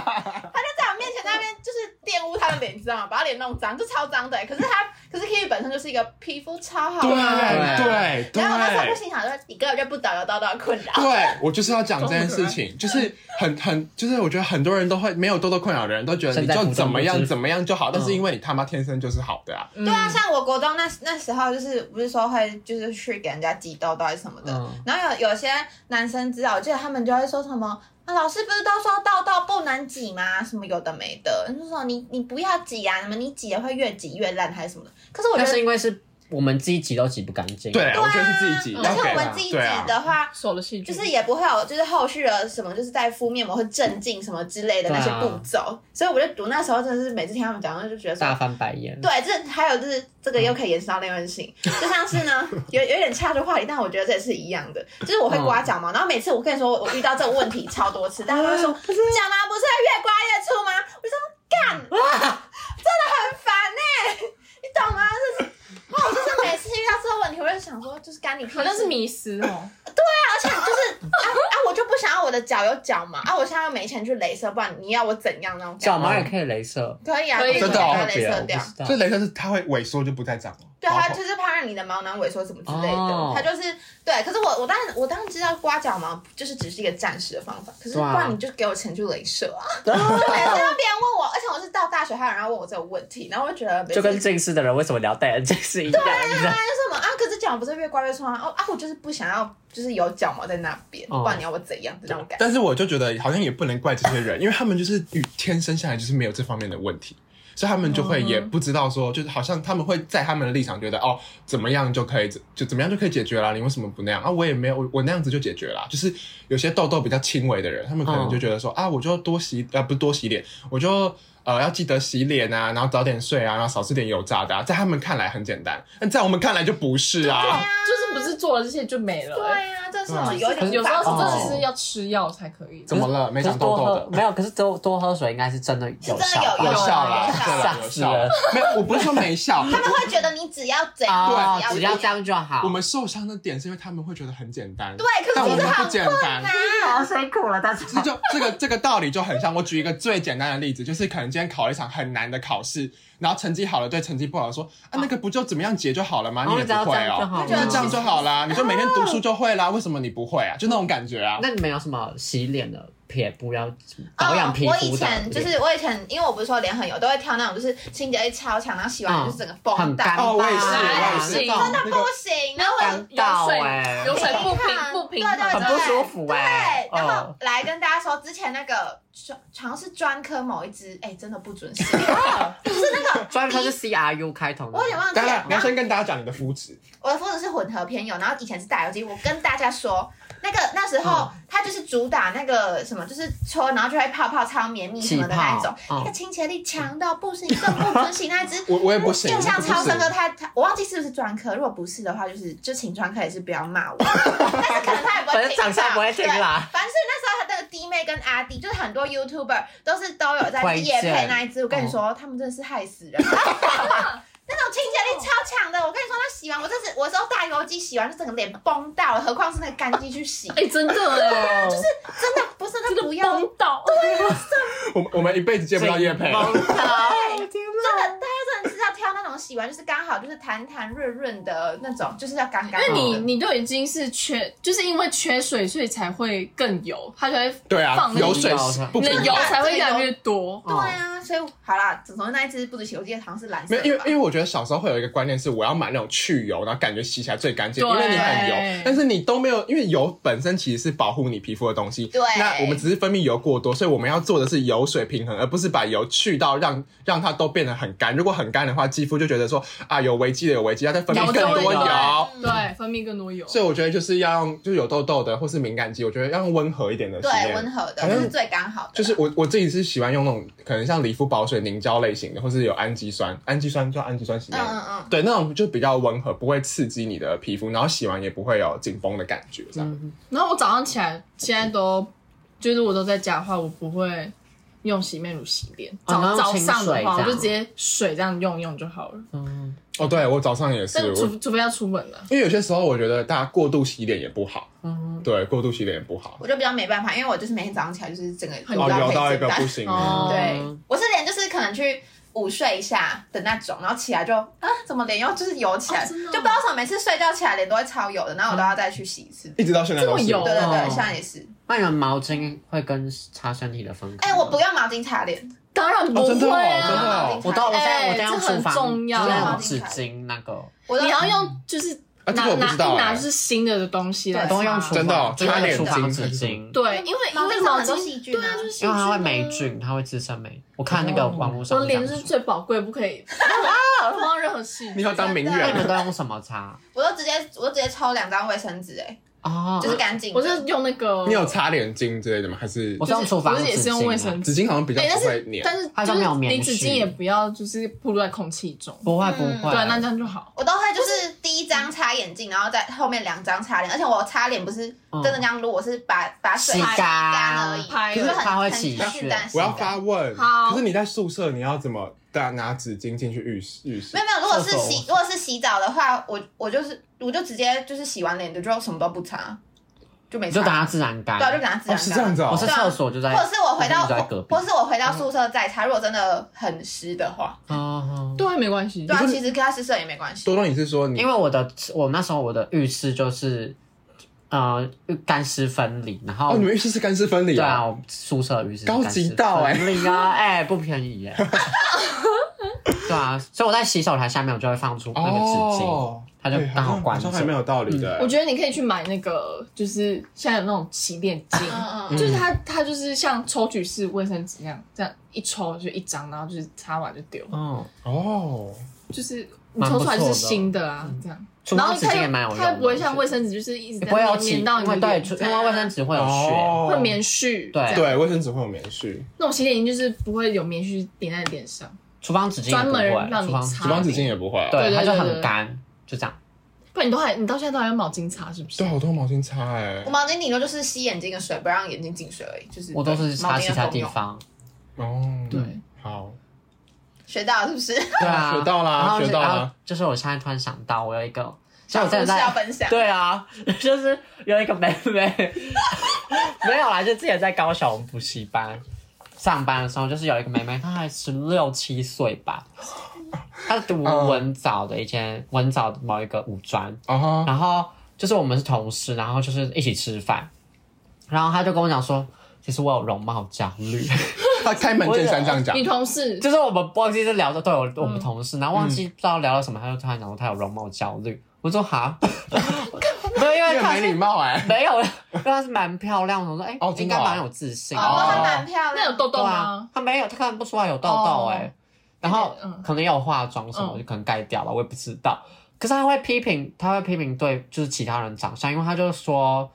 [SPEAKER 1] 在我面前那边就是玷污他的脸，你知道吗？把他脸弄脏，就超脏的欸、可是他，可是 Kitty 本身就是一个皮肤超好的人，
[SPEAKER 5] 对对对
[SPEAKER 1] 然后我那时候就心想说，你根本就不懂有痘痘的困扰。
[SPEAKER 5] 对，我就是要讲这件事情，就是很很，就是我觉得很多人都会没有痘痘困扰的人都觉得你
[SPEAKER 3] 身在
[SPEAKER 5] 就
[SPEAKER 3] 福中
[SPEAKER 5] 怎么
[SPEAKER 3] 不
[SPEAKER 5] 样
[SPEAKER 3] 知
[SPEAKER 5] 怎么样就好，但是
[SPEAKER 3] 嗯
[SPEAKER 5] 因为你他妈天生就是好的啊，
[SPEAKER 4] 嗯
[SPEAKER 1] 对啊，像我国中那那时候，就是不是说会就是去给人家挤痘痘还是什么的，
[SPEAKER 3] 嗯
[SPEAKER 1] 然后有有些男生知道，我记得他们就会说什么。啊、老师不是都说痘痘不能挤吗？什么有的没的，就说你你不要挤啊，什么你挤了会越挤越烂还是什么的。可是我觉
[SPEAKER 3] [laughs] 但
[SPEAKER 1] 得
[SPEAKER 3] 是因为是我们自己挤都挤不干净，
[SPEAKER 5] 对，我觉得是自己挤，
[SPEAKER 1] 而
[SPEAKER 5] 要
[SPEAKER 1] 且
[SPEAKER 5] 给
[SPEAKER 1] 我们自己挤
[SPEAKER 5] 对啊
[SPEAKER 1] 的话，
[SPEAKER 4] 手的细
[SPEAKER 1] 就
[SPEAKER 4] 菌
[SPEAKER 1] 是也不会有，就是后续的什么，就是在敷面膜或镇静什么之类的那些
[SPEAKER 3] 对啊
[SPEAKER 1] 步骤，所以我就读那时候真的是每次听他们讲，就觉得
[SPEAKER 3] 大
[SPEAKER 1] 说，
[SPEAKER 3] 翻白眼，
[SPEAKER 1] 对，这还有就是这个又可以延伸到另外一件事情，就像是呢，有有点岔出话题，但我觉得这也是一样的，就是我会刮脚毛，然后每次我跟你说我遇到这个问题超多次，大家都会说脚毛不是越刮越粗吗？我就说干，真的很烦呢、你懂吗？就是。哇！我就是每次遇到这个问题，我就想说，就是干你屁事。
[SPEAKER 4] 好像是迷失哦，
[SPEAKER 1] 而且就是啊啊，我就不想要我的脚有脚毛啊，我现在又没钱去镭射，不然你要我怎样那种
[SPEAKER 3] 脚
[SPEAKER 1] 感觉？
[SPEAKER 3] 毛也可以镭射，
[SPEAKER 1] 可以啊，
[SPEAKER 4] 可以
[SPEAKER 1] 就是
[SPEAKER 5] 真的哦
[SPEAKER 1] 把它
[SPEAKER 3] 特
[SPEAKER 1] 镭
[SPEAKER 3] 别
[SPEAKER 1] 射
[SPEAKER 3] 我不
[SPEAKER 1] 掉。
[SPEAKER 3] 知道
[SPEAKER 5] 所以雷射是它会萎缩就不再长了，
[SPEAKER 1] 对，它
[SPEAKER 5] 毛
[SPEAKER 1] 就是怕让你的毛囊萎缩什么之类
[SPEAKER 3] 哦
[SPEAKER 1] 的，它就是对。可是我我当然我当然知道刮脚毛就是只是一个暂时的方法，可是不
[SPEAKER 3] 对啊
[SPEAKER 1] 然你就给我钱去镭射
[SPEAKER 3] [laughs]
[SPEAKER 1] 啊！就每次让别人问我，而且我是到大学还有人要问我这个问题，然后我就觉得每
[SPEAKER 3] 就
[SPEAKER 1] 次
[SPEAKER 3] 跟近视的人为什么你要戴眼镜是一样的，
[SPEAKER 1] 那什么啊，可是脚不是越刮越粗吗？哦啊，我就是不想要就是有脚毛在那边，
[SPEAKER 3] 哦
[SPEAKER 1] 不然你要我怎样的那种感觉？
[SPEAKER 5] 但呃是我就觉得好像也不能怪这些人，因为他们就是与天生下来就是没有这方面的问题，所以他们就会也不知道说，就是好像他们会在他们的立场觉得哦，怎么样就可以就怎么样就可以解决啦，你为什么不那样啊？我也没有我我那样子就解决啦。就是有些痘痘比较轻微的人，他们可能就觉得说、啊，我就多洗啊，不是多洗脸，我就。呃，要记得洗脸啊，然后早点睡啊，然后少吃点油炸的、啊，在他们看来很简单，但在我们看来就不是啊。
[SPEAKER 4] 就是不是做了这些就没了、欸。
[SPEAKER 1] 对呀、这是我
[SPEAKER 5] 对
[SPEAKER 1] 有点无法
[SPEAKER 4] 有时候
[SPEAKER 3] 哦
[SPEAKER 4] 是真的是要吃药才可以。
[SPEAKER 5] 怎么了？没
[SPEAKER 3] 可
[SPEAKER 5] 长
[SPEAKER 3] 是多
[SPEAKER 5] 痘痘的
[SPEAKER 3] 喝。没有，可是多多喝水应该是真的有效
[SPEAKER 1] 是真的有
[SPEAKER 3] 吧
[SPEAKER 5] 有效啦，
[SPEAKER 1] 有效
[SPEAKER 5] 对啦，有
[SPEAKER 3] 吓死
[SPEAKER 5] 效
[SPEAKER 3] 人。
[SPEAKER 5] 没有，我不是说没效，
[SPEAKER 1] 他们会觉得你只要怎
[SPEAKER 3] 啊
[SPEAKER 1] 样，，
[SPEAKER 3] 只
[SPEAKER 1] 要
[SPEAKER 3] 要
[SPEAKER 1] 怎
[SPEAKER 3] 这样就好。
[SPEAKER 5] 我们受伤的点是因为他们会觉得很简单，
[SPEAKER 1] 对，可是
[SPEAKER 5] 但
[SPEAKER 1] 这
[SPEAKER 5] 我
[SPEAKER 1] 是
[SPEAKER 5] 们不
[SPEAKER 1] 很
[SPEAKER 5] 简单。
[SPEAKER 1] 啊
[SPEAKER 3] 好辛苦了，但是
[SPEAKER 5] 这就这个这个道理就很像。我举一个最简单的例子，就是可能今天考了一场很难的考试，然后成绩好了对成绩不好的说啊，那个不就怎么样解就好了吗？
[SPEAKER 3] 哦
[SPEAKER 5] 你也不
[SPEAKER 3] 只要
[SPEAKER 5] 会
[SPEAKER 3] 这样就
[SPEAKER 5] 哦
[SPEAKER 3] 好，
[SPEAKER 5] 你就这样就好啦，你就每天读书就会啦，为什么你不会啊？就那种感觉啊。
[SPEAKER 3] 那你们有什么洗脸的撇步要保养
[SPEAKER 1] 哦
[SPEAKER 3] 皮，肤
[SPEAKER 1] 我
[SPEAKER 3] 的？
[SPEAKER 1] 以前就是我以前，因为我不是说脸很油，都会挑那种就是清洁力超强，然后洗完
[SPEAKER 3] 嗯
[SPEAKER 1] 脸就是整个哦崩
[SPEAKER 3] 很
[SPEAKER 1] 大
[SPEAKER 3] 干，
[SPEAKER 5] 哦我也是
[SPEAKER 3] 吧
[SPEAKER 5] 我也是
[SPEAKER 3] 这种
[SPEAKER 1] 真的不行。然后我有
[SPEAKER 3] 干到
[SPEAKER 5] 欸
[SPEAKER 3] 哎，
[SPEAKER 4] 有水
[SPEAKER 1] 对
[SPEAKER 4] 不平不平
[SPEAKER 1] 对
[SPEAKER 4] 衡，
[SPEAKER 1] 对啊
[SPEAKER 3] 很
[SPEAKER 1] 对
[SPEAKER 3] 不舒服哎
[SPEAKER 1] 对，，然后
[SPEAKER 3] 哦
[SPEAKER 1] 来跟大家说，之前那个专好像是专科某一支，哎，真的不准
[SPEAKER 3] [laughs]
[SPEAKER 1] 洗，
[SPEAKER 3] 专科是 C R U 开头的，
[SPEAKER 1] 我有啊 [laughs] 点忘记
[SPEAKER 5] 当然
[SPEAKER 1] 了，。
[SPEAKER 5] 你要先跟大家讲你的肤质，
[SPEAKER 1] 我的肤质是混合偏油，然后以前是打油肌。我跟大家说，那个那时候
[SPEAKER 3] 嗯
[SPEAKER 1] 它就是主打那个什么，就是搓，然后就会泡泡超绵密什么的那一种
[SPEAKER 3] 气，泡嗯
[SPEAKER 1] 那个清洁力强到不行，更不准洗那一只。
[SPEAKER 5] 我
[SPEAKER 3] 哎
[SPEAKER 5] 我也不行，
[SPEAKER 1] 印象
[SPEAKER 5] 我不
[SPEAKER 1] 超
[SPEAKER 5] 行
[SPEAKER 1] 深刻，他他我忘记是不是专科，如果不是的话，就是就请专科也是不要骂我， [laughs] 但是可能他也不会
[SPEAKER 3] 反
[SPEAKER 1] 听
[SPEAKER 3] 正
[SPEAKER 1] 到，
[SPEAKER 3] 长相不会听
[SPEAKER 1] 对
[SPEAKER 3] 啦。
[SPEAKER 1] 反正是那时候他那个弟妹跟阿弟，就是很多 YouTuber 都是都有在
[SPEAKER 3] 推
[SPEAKER 1] 夜
[SPEAKER 3] 荐
[SPEAKER 1] 配那一支。我
[SPEAKER 3] 哦
[SPEAKER 1] 跟你说，他们真的是害死人， [laughs] 那种清洁力超强的。我跟你说，他洗完我这是我是用大油肌洗完，就整个脸崩到了，何况是那个干肌去洗，
[SPEAKER 4] 哎、真的哎、就是
[SPEAKER 1] 真的不是
[SPEAKER 4] 真
[SPEAKER 1] 他
[SPEAKER 4] 的
[SPEAKER 1] 不要，啊真的
[SPEAKER 4] 崩到，
[SPEAKER 5] 我我们一辈子见不到叶
[SPEAKER 1] 啊
[SPEAKER 5] 佩，
[SPEAKER 3] 蒙头
[SPEAKER 1] 大家真的是要挑那种洗完就是刚好就是弹弹润润的那种，就是要刚刚好的。
[SPEAKER 4] 因为你你都已经是缺，就是因为缺水，所以才会更油，它才会
[SPEAKER 5] 对啊
[SPEAKER 4] 放，那个
[SPEAKER 5] 油水
[SPEAKER 3] 油
[SPEAKER 5] 不
[SPEAKER 4] 你
[SPEAKER 5] 平衡
[SPEAKER 4] 的
[SPEAKER 5] 啊
[SPEAKER 4] 油才会越来越多。
[SPEAKER 1] 对啊，所以好啦，总之那一支不止洗，我记得好像是蓝色
[SPEAKER 5] 哦没有，
[SPEAKER 1] 的吧，
[SPEAKER 5] 因为因为我觉得小时候会有一个观念是，我要买那种去油，然后感觉洗起来最干净，
[SPEAKER 4] 对
[SPEAKER 5] 因为你很油，但是你都没有，因为油本身其实是保护你皮肤的东西。
[SPEAKER 1] 对
[SPEAKER 5] 那我们只是分泌油过多，所以我们要做的是油水平衡，而不是把油去到让让它都变得很干。如果很干的话，肌肤就觉得说啊有危机了，有危机，要再分泌
[SPEAKER 4] 油
[SPEAKER 5] 更
[SPEAKER 4] 就会
[SPEAKER 5] 多
[SPEAKER 4] 多
[SPEAKER 5] 油。
[SPEAKER 1] 嗯
[SPEAKER 4] 对，分泌更多油。
[SPEAKER 5] 所以我觉得就是要用，就是有痘痘的或是敏感肌，我觉得要用温和一点的洗
[SPEAKER 1] 对
[SPEAKER 5] 面
[SPEAKER 1] 温和的，
[SPEAKER 5] 好像
[SPEAKER 1] 就是最刚好的啦，
[SPEAKER 5] 就是我我自己是喜欢用那种可能像理肤保水凝胶类型的，或是有氨基酸，氨基酸叫氨基酸洗面乳。
[SPEAKER 1] 嗯嗯嗯
[SPEAKER 5] 对，那种就比较温和，不会刺激你的皮肤，然后洗完也不会有紧绷的感觉。这样，
[SPEAKER 4] 然后我早上起来，现在都就是我都在家的话，我不会用洗面乳洗脸。
[SPEAKER 3] 哦
[SPEAKER 4] 早、
[SPEAKER 3] 然后
[SPEAKER 4] 早
[SPEAKER 3] 清
[SPEAKER 4] 上的
[SPEAKER 3] 水
[SPEAKER 4] 话，
[SPEAKER 3] 这样
[SPEAKER 4] 我就直接水这样用一用就好了。
[SPEAKER 3] 嗯，
[SPEAKER 5] 哦，对我早上也是，
[SPEAKER 4] 但
[SPEAKER 5] 我
[SPEAKER 4] 除除非要出门了，
[SPEAKER 5] 因为有些时候我觉得大家过度洗脸也不好，
[SPEAKER 3] 嗯
[SPEAKER 5] 对，过度洗脸也不好，
[SPEAKER 1] 我就比较没办法，因为我就是每天早上起来就是整个
[SPEAKER 4] 很
[SPEAKER 5] 哦，
[SPEAKER 4] 油
[SPEAKER 5] 油
[SPEAKER 1] 肥
[SPEAKER 5] 到一
[SPEAKER 1] 肿
[SPEAKER 5] 个
[SPEAKER 1] 蛋
[SPEAKER 5] 不行。
[SPEAKER 3] 哦
[SPEAKER 1] 对，我是连就是可能去午睡一下的那种，然后起来就啊，怎么脸又就是油起来，
[SPEAKER 4] 哦真的哦
[SPEAKER 1] 就不知道为什么每次睡觉起来脸都会超油的，然后我都要再去洗一次。
[SPEAKER 5] 一直到现在都是
[SPEAKER 4] 这么
[SPEAKER 1] 对
[SPEAKER 4] 油
[SPEAKER 1] 对
[SPEAKER 3] 哦
[SPEAKER 1] 对，现在也是。
[SPEAKER 3] 那你们毛巾会跟擦身体的分开
[SPEAKER 1] 哎、
[SPEAKER 3] 吗？
[SPEAKER 1] 我不用毛巾擦脸，
[SPEAKER 4] 当然不
[SPEAKER 5] 哦，真的
[SPEAKER 4] 会
[SPEAKER 5] 哦，
[SPEAKER 4] 啊。
[SPEAKER 5] 真的哦，
[SPEAKER 3] 我都我现在
[SPEAKER 4] 哎
[SPEAKER 3] 我现在用
[SPEAKER 4] 这很
[SPEAKER 3] 厨房
[SPEAKER 4] 重要
[SPEAKER 3] 就是那种纸巾那个，
[SPEAKER 1] 我嗯都
[SPEAKER 4] 你要用就是
[SPEAKER 5] 啊这
[SPEAKER 4] 拿、
[SPEAKER 5] 个我不
[SPEAKER 4] 拿
[SPEAKER 5] 知道
[SPEAKER 4] 一
[SPEAKER 3] 欸
[SPEAKER 4] 拿
[SPEAKER 5] 哎
[SPEAKER 4] 就是新的东西来
[SPEAKER 1] 对
[SPEAKER 3] 都会用
[SPEAKER 4] 擦
[SPEAKER 3] 厨
[SPEAKER 5] 真的哦
[SPEAKER 3] 房，就是那
[SPEAKER 5] 擦
[SPEAKER 3] 个
[SPEAKER 5] 脸
[SPEAKER 3] 厨房
[SPEAKER 5] 巾
[SPEAKER 3] 纸巾，
[SPEAKER 4] 对，因为因
[SPEAKER 1] 毛
[SPEAKER 4] 为
[SPEAKER 1] 巾
[SPEAKER 4] 毛
[SPEAKER 1] 上很多
[SPEAKER 4] 巾
[SPEAKER 1] 细菌啊
[SPEAKER 4] 对啊，就是细
[SPEAKER 3] 因为它会
[SPEAKER 4] 啊
[SPEAKER 3] 霉。菌，它会滋生霉。我看那个网络上
[SPEAKER 4] 我
[SPEAKER 3] 面
[SPEAKER 4] 脸
[SPEAKER 3] 讲
[SPEAKER 4] 是
[SPEAKER 3] 说，
[SPEAKER 4] 最宝贵，不
[SPEAKER 1] [laughs]
[SPEAKER 4] 可以碰到任何细
[SPEAKER 5] 你
[SPEAKER 4] 菌。
[SPEAKER 5] 要当名
[SPEAKER 3] 哎那你们
[SPEAKER 5] 媛，
[SPEAKER 3] 都用什么擦？
[SPEAKER 1] 我都直接我都直接抽两张卫生纸，哎，
[SPEAKER 3] 哦，
[SPEAKER 1] 就是干净的。
[SPEAKER 4] 我是用那个，
[SPEAKER 5] 你有擦脸巾之类的吗？还是
[SPEAKER 3] 我是用厨房
[SPEAKER 4] 我是也是用卫生
[SPEAKER 3] 纸
[SPEAKER 4] 纸。
[SPEAKER 5] 纸巾好像比较
[SPEAKER 4] 哎，但
[SPEAKER 5] 不会
[SPEAKER 4] 是
[SPEAKER 5] 黏？
[SPEAKER 4] 但是
[SPEAKER 3] 它
[SPEAKER 4] 就
[SPEAKER 3] 上面有
[SPEAKER 4] 是
[SPEAKER 3] 棉
[SPEAKER 4] 你纸巾
[SPEAKER 3] 絮
[SPEAKER 4] 也不要就是暴露在空气中。
[SPEAKER 3] 不会不
[SPEAKER 1] 嗯
[SPEAKER 3] 会，
[SPEAKER 4] 对，啊那这样就好。
[SPEAKER 1] 我都会就是第一张擦眼镜，然后再后面两张擦脸，而且我擦脸不是真的这样撸，我是把把水
[SPEAKER 3] 吸
[SPEAKER 1] 擦
[SPEAKER 3] 嗯干
[SPEAKER 1] 干而已，
[SPEAKER 4] 拍
[SPEAKER 1] 就是很
[SPEAKER 3] 它会
[SPEAKER 1] 很
[SPEAKER 3] 起
[SPEAKER 1] 很
[SPEAKER 3] 屑
[SPEAKER 1] 简单的吸
[SPEAKER 5] 我要
[SPEAKER 1] 干。
[SPEAKER 5] 发问，
[SPEAKER 4] 好
[SPEAKER 5] 可是你在宿舍你要怎么拿拿纸巾进去浴室？浴室
[SPEAKER 1] 没有没有，如果
[SPEAKER 3] 厕
[SPEAKER 1] 是
[SPEAKER 3] 所
[SPEAKER 1] 洗如果是洗澡的话，我我就是我就直接就是洗完脸就就什么都不擦，就没
[SPEAKER 3] 你
[SPEAKER 1] 擦，
[SPEAKER 3] 就等它自然干。
[SPEAKER 1] 对啊，就等它自
[SPEAKER 5] 哦，
[SPEAKER 1] 然干。啊
[SPEAKER 5] 是这样子哦
[SPEAKER 3] 我。是厕所就在，
[SPEAKER 1] 或者是我回到，
[SPEAKER 3] 就在隔壁
[SPEAKER 1] 或。者是我回到宿舍再擦。如果真的很湿的话，
[SPEAKER 3] 哦，
[SPEAKER 4] 对，没关系
[SPEAKER 1] 对。啊，其实跟它湿色也没关系。
[SPEAKER 5] 多多，你是说你
[SPEAKER 3] 因为我的我那时候我的浴室就是呃干湿分离，然后
[SPEAKER 5] 哦，你们浴室是干湿分离
[SPEAKER 3] 对啊，我宿舍浴室
[SPEAKER 5] 高级到欸
[SPEAKER 3] 哎，分离啊，哎不便宜 [laughs] 哎。对啊，所以我在洗手台下面我就会放出那个纸巾，
[SPEAKER 5] 哦，
[SPEAKER 3] 他就
[SPEAKER 5] 对
[SPEAKER 3] 刚好
[SPEAKER 5] 像
[SPEAKER 3] 关嗯
[SPEAKER 5] 好
[SPEAKER 3] 着
[SPEAKER 5] 像。还蛮有道理的欸。
[SPEAKER 4] 我觉得你可以去买那个，就是现在有那种洗脸巾，
[SPEAKER 1] 嗯嗯，
[SPEAKER 4] 就是它它就是像抽取式卫生纸那样，这样一抽就一张，然后就是擦完就丢，
[SPEAKER 3] 嗯，
[SPEAKER 5] 哦，
[SPEAKER 4] 就是你抽出来就是新的啊，这样。
[SPEAKER 3] 嗯除
[SPEAKER 4] 然后
[SPEAKER 3] 湿纸
[SPEAKER 4] 它
[SPEAKER 3] 巾也
[SPEAKER 4] 又
[SPEAKER 3] 蛮有用的，
[SPEAKER 4] 它又不会像卫
[SPEAKER 3] 纸，
[SPEAKER 4] 生纸，就是一直
[SPEAKER 3] 也
[SPEAKER 4] 在
[SPEAKER 3] 不会有
[SPEAKER 4] 黏
[SPEAKER 3] 起，
[SPEAKER 4] 黏到
[SPEAKER 3] 因
[SPEAKER 4] 你
[SPEAKER 3] 为
[SPEAKER 4] 的
[SPEAKER 3] 对，
[SPEAKER 4] 脸啊
[SPEAKER 3] 除
[SPEAKER 4] 这
[SPEAKER 3] 因
[SPEAKER 4] 样
[SPEAKER 3] 为卫生纸会有屑，
[SPEAKER 5] 哦
[SPEAKER 4] 会棉
[SPEAKER 3] 对
[SPEAKER 4] 絮，这样
[SPEAKER 5] 对，卫生纸会有棉絮，
[SPEAKER 4] 那种洗脸巾就是不会有棉絮点在脸上，
[SPEAKER 3] 厨房纸巾也
[SPEAKER 4] 专
[SPEAKER 3] 不
[SPEAKER 4] 门
[SPEAKER 3] 会，
[SPEAKER 4] 让
[SPEAKER 3] 厨
[SPEAKER 4] 你
[SPEAKER 3] 房
[SPEAKER 4] 擦
[SPEAKER 5] 厨房纸巾也不会啊。
[SPEAKER 4] 对
[SPEAKER 3] 对，
[SPEAKER 4] 对
[SPEAKER 3] 它就
[SPEAKER 4] 对
[SPEAKER 3] 很
[SPEAKER 4] 对
[SPEAKER 3] 干，就这样。
[SPEAKER 4] 不然你都还你到现在都还用毛巾擦是不是
[SPEAKER 5] 对，？好多毛巾擦哎
[SPEAKER 1] 我。毛巾顶多就是吸眼睛的水，不让眼睛进水而已。就是
[SPEAKER 3] 我都是
[SPEAKER 1] 毛
[SPEAKER 3] 擦
[SPEAKER 1] 巾
[SPEAKER 3] 其
[SPEAKER 1] 的
[SPEAKER 3] 他
[SPEAKER 1] 功
[SPEAKER 3] 地
[SPEAKER 1] 用，
[SPEAKER 3] 方。
[SPEAKER 5] 哦，
[SPEAKER 4] 对，
[SPEAKER 5] 好，
[SPEAKER 1] 学到了是不是？
[SPEAKER 3] 对啊，
[SPEAKER 5] 学到啦
[SPEAKER 3] 然后就
[SPEAKER 5] 学到啦
[SPEAKER 3] 然后就是我现在突然想到，我有一个，
[SPEAKER 1] 小
[SPEAKER 3] 像我
[SPEAKER 1] [laughs] 故
[SPEAKER 3] 真的
[SPEAKER 1] 事要
[SPEAKER 3] 在，
[SPEAKER 1] 分享，
[SPEAKER 3] [laughs] 对啊，就是有一个妹妹， [laughs] 没有啦，就之前在高小我们补习班上班的时候，就是有一个妹妹，她才十六七岁吧，她读
[SPEAKER 5] 嗯
[SPEAKER 3] 文藻的，以前文藻的某一个五专，
[SPEAKER 5] 啊哈，
[SPEAKER 3] 然后就是我们是同事，然后就是一起吃饭，然后她就跟我讲说，其实我有容貌焦虑。
[SPEAKER 5] 他啊开门见山这样讲
[SPEAKER 4] 女，同事
[SPEAKER 3] 就是我们忘记是聊到对我我们同事，然后忘记不知道聊到什么，他就突然讲说他有容貌焦虑。我
[SPEAKER 5] [laughs]
[SPEAKER 3] 说哈，没有，因
[SPEAKER 5] 因
[SPEAKER 3] 为
[SPEAKER 5] 为
[SPEAKER 3] 他
[SPEAKER 5] 没礼
[SPEAKER 3] 是
[SPEAKER 5] 貌哎。
[SPEAKER 3] 没有，因为他是蛮漂亮的。我说哎
[SPEAKER 5] 哦，
[SPEAKER 3] 应
[SPEAKER 5] 真的
[SPEAKER 3] 该
[SPEAKER 5] 哦
[SPEAKER 3] 蛮有自信的。
[SPEAKER 1] 哦，
[SPEAKER 5] 哦
[SPEAKER 1] 她
[SPEAKER 3] 对
[SPEAKER 1] 蛮漂亮的，
[SPEAKER 4] 那有痘痘
[SPEAKER 3] 啊
[SPEAKER 4] 吗？，
[SPEAKER 3] 他没有，他看不出来有痘痘哎
[SPEAKER 4] 哦。
[SPEAKER 3] 然后
[SPEAKER 4] 嗯
[SPEAKER 3] 可能也有化妆什么，
[SPEAKER 4] 嗯
[SPEAKER 3] 就可能盖掉吧，我也不知道。可是他会批评，他会批评对就是其他人长相，因为他就说，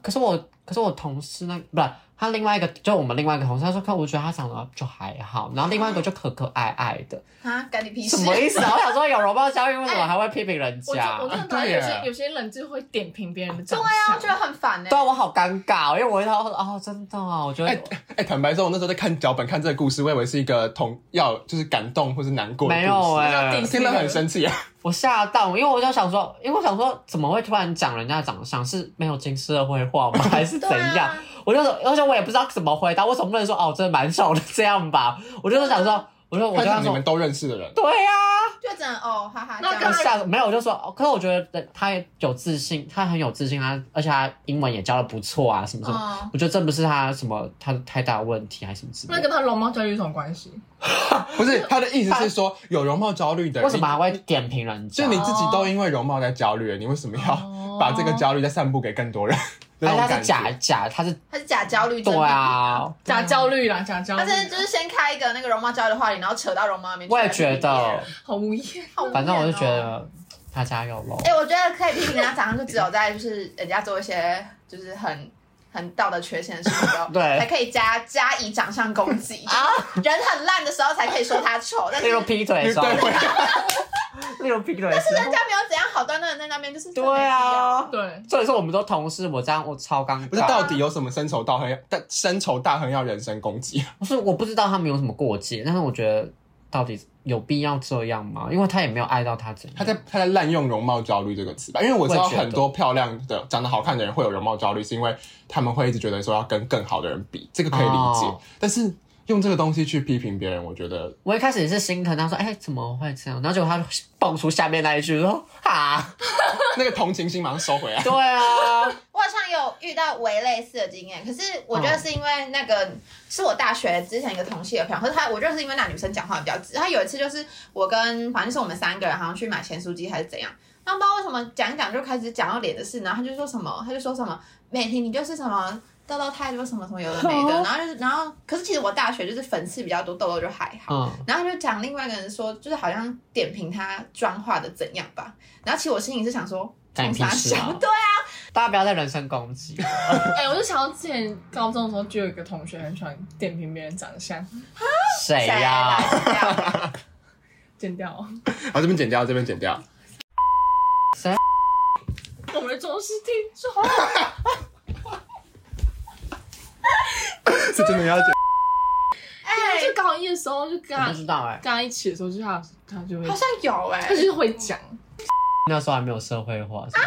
[SPEAKER 3] 可是我可是我同事那不是他另外一个，就我们另外一个同事，他说，可我觉得他长得就还好，然后另外一个就可可爱爱
[SPEAKER 4] [laughs]
[SPEAKER 3] 的，
[SPEAKER 1] 啊，干你屁事！
[SPEAKER 3] 什么意思啊？我想说有容貌焦虑，为什么还会批评人
[SPEAKER 4] 我就
[SPEAKER 3] 家
[SPEAKER 4] 我？真的
[SPEAKER 5] 对
[SPEAKER 4] 讨厌有
[SPEAKER 5] 耶
[SPEAKER 4] 些有些人就会点评别人的
[SPEAKER 1] 对
[SPEAKER 4] 长
[SPEAKER 1] 啊，
[SPEAKER 4] 相，
[SPEAKER 1] 我觉得很烦呢。
[SPEAKER 3] 对啊，我好尴尬哦，因为我一到哦，真的啊，我觉得
[SPEAKER 5] 哎哎，坦白说，我那时候在看脚本看这个故事，我以为是一个同要就是感动或是难过的故
[SPEAKER 3] 没
[SPEAKER 5] 事，
[SPEAKER 3] 有
[SPEAKER 4] 要
[SPEAKER 3] 哎
[SPEAKER 4] 定，
[SPEAKER 5] 听了很生气啊。
[SPEAKER 3] 我吓到，因为我就想说，因为我想说，怎么会突然讲人家的长相是没有经社会化吗？还是怎
[SPEAKER 1] 对
[SPEAKER 3] 样
[SPEAKER 1] 啊？
[SPEAKER 3] 我就而且我也不知道怎么回答，我总不能说哦，真的蛮丑的这样吧？我就是想说，我就我
[SPEAKER 5] 他
[SPEAKER 3] 就跟
[SPEAKER 5] 讲
[SPEAKER 3] 他
[SPEAKER 5] 你
[SPEAKER 3] 说
[SPEAKER 5] 们，都认识的人，
[SPEAKER 3] 对呀、
[SPEAKER 1] 就只能哦，哈哈。这
[SPEAKER 4] 那
[SPEAKER 3] 我
[SPEAKER 1] 样
[SPEAKER 4] 刚才
[SPEAKER 3] 吓没有，我就说，哦可是我觉得他也有自信，他很有自信，他而且他英文也教的不错啊，什么什么。
[SPEAKER 1] 嗯，
[SPEAKER 3] 我觉得这不是他什么他的太大的问题还是什么之类
[SPEAKER 4] 那
[SPEAKER 3] 的。
[SPEAKER 4] 跟他容貌焦虑有什么关系？
[SPEAKER 5] 不是他的意思是说有容貌焦虑的人，
[SPEAKER 3] 为什么啊还会点评人家？
[SPEAKER 5] 就你自己都因为容貌在焦虑了，你为什么
[SPEAKER 3] 哦
[SPEAKER 5] 要把
[SPEAKER 4] 哦
[SPEAKER 5] 这个焦虑再散布给更多人？
[SPEAKER 3] 而且
[SPEAKER 5] 那种
[SPEAKER 3] 他
[SPEAKER 5] 感
[SPEAKER 3] 是
[SPEAKER 5] 觉
[SPEAKER 3] 假，假，他是
[SPEAKER 1] 他是假焦虑症。
[SPEAKER 3] 对，啊，
[SPEAKER 4] 假焦虑啦，假焦虑
[SPEAKER 1] 他，是就是先开一个那个容貌焦虑的话题，然后扯到容貌那边去。
[SPEAKER 3] 我也觉得。
[SPEAKER 4] 好无言。
[SPEAKER 1] 好无言哦
[SPEAKER 3] 反正我就觉，得他加油喽。
[SPEAKER 1] 哎，我觉得可以批评人家长相，就只有在就是人家做一些就是很。很道德缺陷的事情的时候，
[SPEAKER 3] [laughs] 对
[SPEAKER 1] 才可以加加以长相攻击啊！人很烂的时候才可以说他丑，但是
[SPEAKER 3] 例如劈腿的时候，
[SPEAKER 5] [laughs] 哎对，
[SPEAKER 3] 例如劈腿的时
[SPEAKER 1] 人家没有怎样，好端端的在那边就是
[SPEAKER 3] 候，对，
[SPEAKER 1] 哦
[SPEAKER 3] 啊。
[SPEAKER 4] 对，
[SPEAKER 3] 这也是我们都同事，我这样我超尴尬。
[SPEAKER 5] 不是到底有什么深仇大恨要，但深仇大恨要人身攻击？
[SPEAKER 3] 不是我不知道他们有什么过节，但是我觉得到底有必要这样吗？因为他也没有爱到他怎样。
[SPEAKER 5] 他在他在滥用容貌焦虑这个词吧，因为我知道
[SPEAKER 3] 我也觉得
[SPEAKER 5] 很多漂亮的、长得好看的人会有容貌焦虑，是因为他们会一直觉得说要跟更好的人比，这个可以理解。
[SPEAKER 3] 哦
[SPEAKER 5] 但是用这个东西去批评别人，我觉得
[SPEAKER 3] 我一开始也是心疼，他说：“哎、怎么会这样？”然后结果他就蹦出下面那一句说：“
[SPEAKER 5] [laughs]
[SPEAKER 3] 哈，
[SPEAKER 5] 那个同情心马上收
[SPEAKER 3] [laughs]
[SPEAKER 5] 回来。
[SPEAKER 3] 对啊，
[SPEAKER 1] 我好像有遇到为类似的经验，可是我
[SPEAKER 3] 嗯
[SPEAKER 1] 觉得是因为那个、是我大学之前一个同系的朋友，可是她我就是因为那女生讲话比较直，她有一次就是我跟反正是我们三个人好像去买咸酥鸡还是怎样，然后不知道为什么讲一讲就开始讲到脸的事，然后她就说什么，她就说什么美婷你就是什么。痘痘太多什么什么有的没的，
[SPEAKER 3] 哦
[SPEAKER 1] 然后就是然后，可是其实我大学就是粉刺比较多，痘痘就还好。
[SPEAKER 3] 嗯，
[SPEAKER 1] 然后他就讲另外一个人说，就是好像点评他妆化的怎样吧。然后其实我心里是想说，
[SPEAKER 3] 干你屁事啊
[SPEAKER 1] 冲啥小对啊，
[SPEAKER 3] 大家不要再人身攻击。
[SPEAKER 4] 哎，我就想到之前高中的时候，就有一个同学很喜欢点评别人长相，
[SPEAKER 3] 谁
[SPEAKER 1] 谁
[SPEAKER 3] 呀、
[SPEAKER 5] [laughs]
[SPEAKER 1] 来这样？
[SPEAKER 4] 剪掉哦。
[SPEAKER 5] 好，这边剪掉，这边剪 [laughs] 掉。
[SPEAKER 3] 谁？
[SPEAKER 4] [laughs] 我们的忠实听众，
[SPEAKER 5] 是真的要剪。
[SPEAKER 1] 哎、
[SPEAKER 4] 就高一的时候就跟
[SPEAKER 3] 我
[SPEAKER 4] 他
[SPEAKER 3] 不知道哎、
[SPEAKER 4] 跟他一起的时候，就他他就会
[SPEAKER 1] 好，像有哎、
[SPEAKER 4] 他就是会讲，
[SPEAKER 3] 那时候还没有社会化，是不是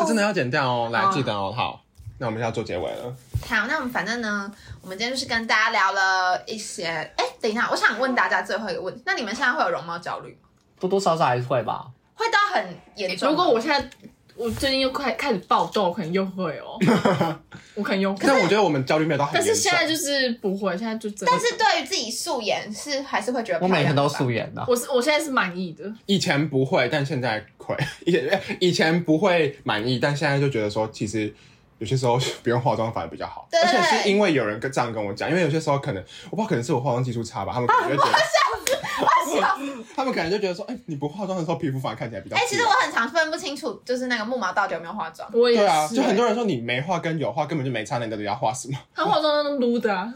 [SPEAKER 5] 这真的要剪掉哦，来
[SPEAKER 4] 好
[SPEAKER 5] 记得哦，好，那我们要做结尾了。
[SPEAKER 1] 好，那我们反正呢，我们今天就是跟大家聊了一些。哎、等一下，我想问大家最后一个问题，那你们现在会有容貌焦虑吗？
[SPEAKER 3] 多多少少还是会吧。
[SPEAKER 1] 会到很严重吗？
[SPEAKER 4] 如果我现在我最近又快开始爆痘，可能又会 [laughs] 哦，我可能又会。
[SPEAKER 5] 但我觉得我们焦虑没有到很
[SPEAKER 4] 但
[SPEAKER 5] 严重。
[SPEAKER 4] 是现在就是不会，现在就真的。
[SPEAKER 1] 但是对于自己素颜是还是会觉得
[SPEAKER 3] 我每天都素
[SPEAKER 1] 颜，
[SPEAKER 3] 颜的，
[SPEAKER 4] 我是我现在是满意的，
[SPEAKER 5] 以前不会，但现在会； [laughs] 以前以前不会满意，但现在就觉得说，其实有些时候不用化妆反而比较好。
[SPEAKER 1] 对
[SPEAKER 5] 而且是因为有人跟这样跟我讲，因为有些时候可能我不知道，可能是我化妆技术差吧，他们可能就觉得，他们可能就觉得说，哎、你不化妆的时候皮肤反而看起来比较
[SPEAKER 1] 哎、 [laughs]
[SPEAKER 5] 自
[SPEAKER 1] 其
[SPEAKER 5] 然。
[SPEAKER 1] 实我很常分不清楚，就是那个木毛到底有没有化妆。
[SPEAKER 4] 我也是、
[SPEAKER 5] 对啊，就很多人说你没化跟有化根本就没差，那你到底要化什么？
[SPEAKER 4] 他化妆都撸的啊，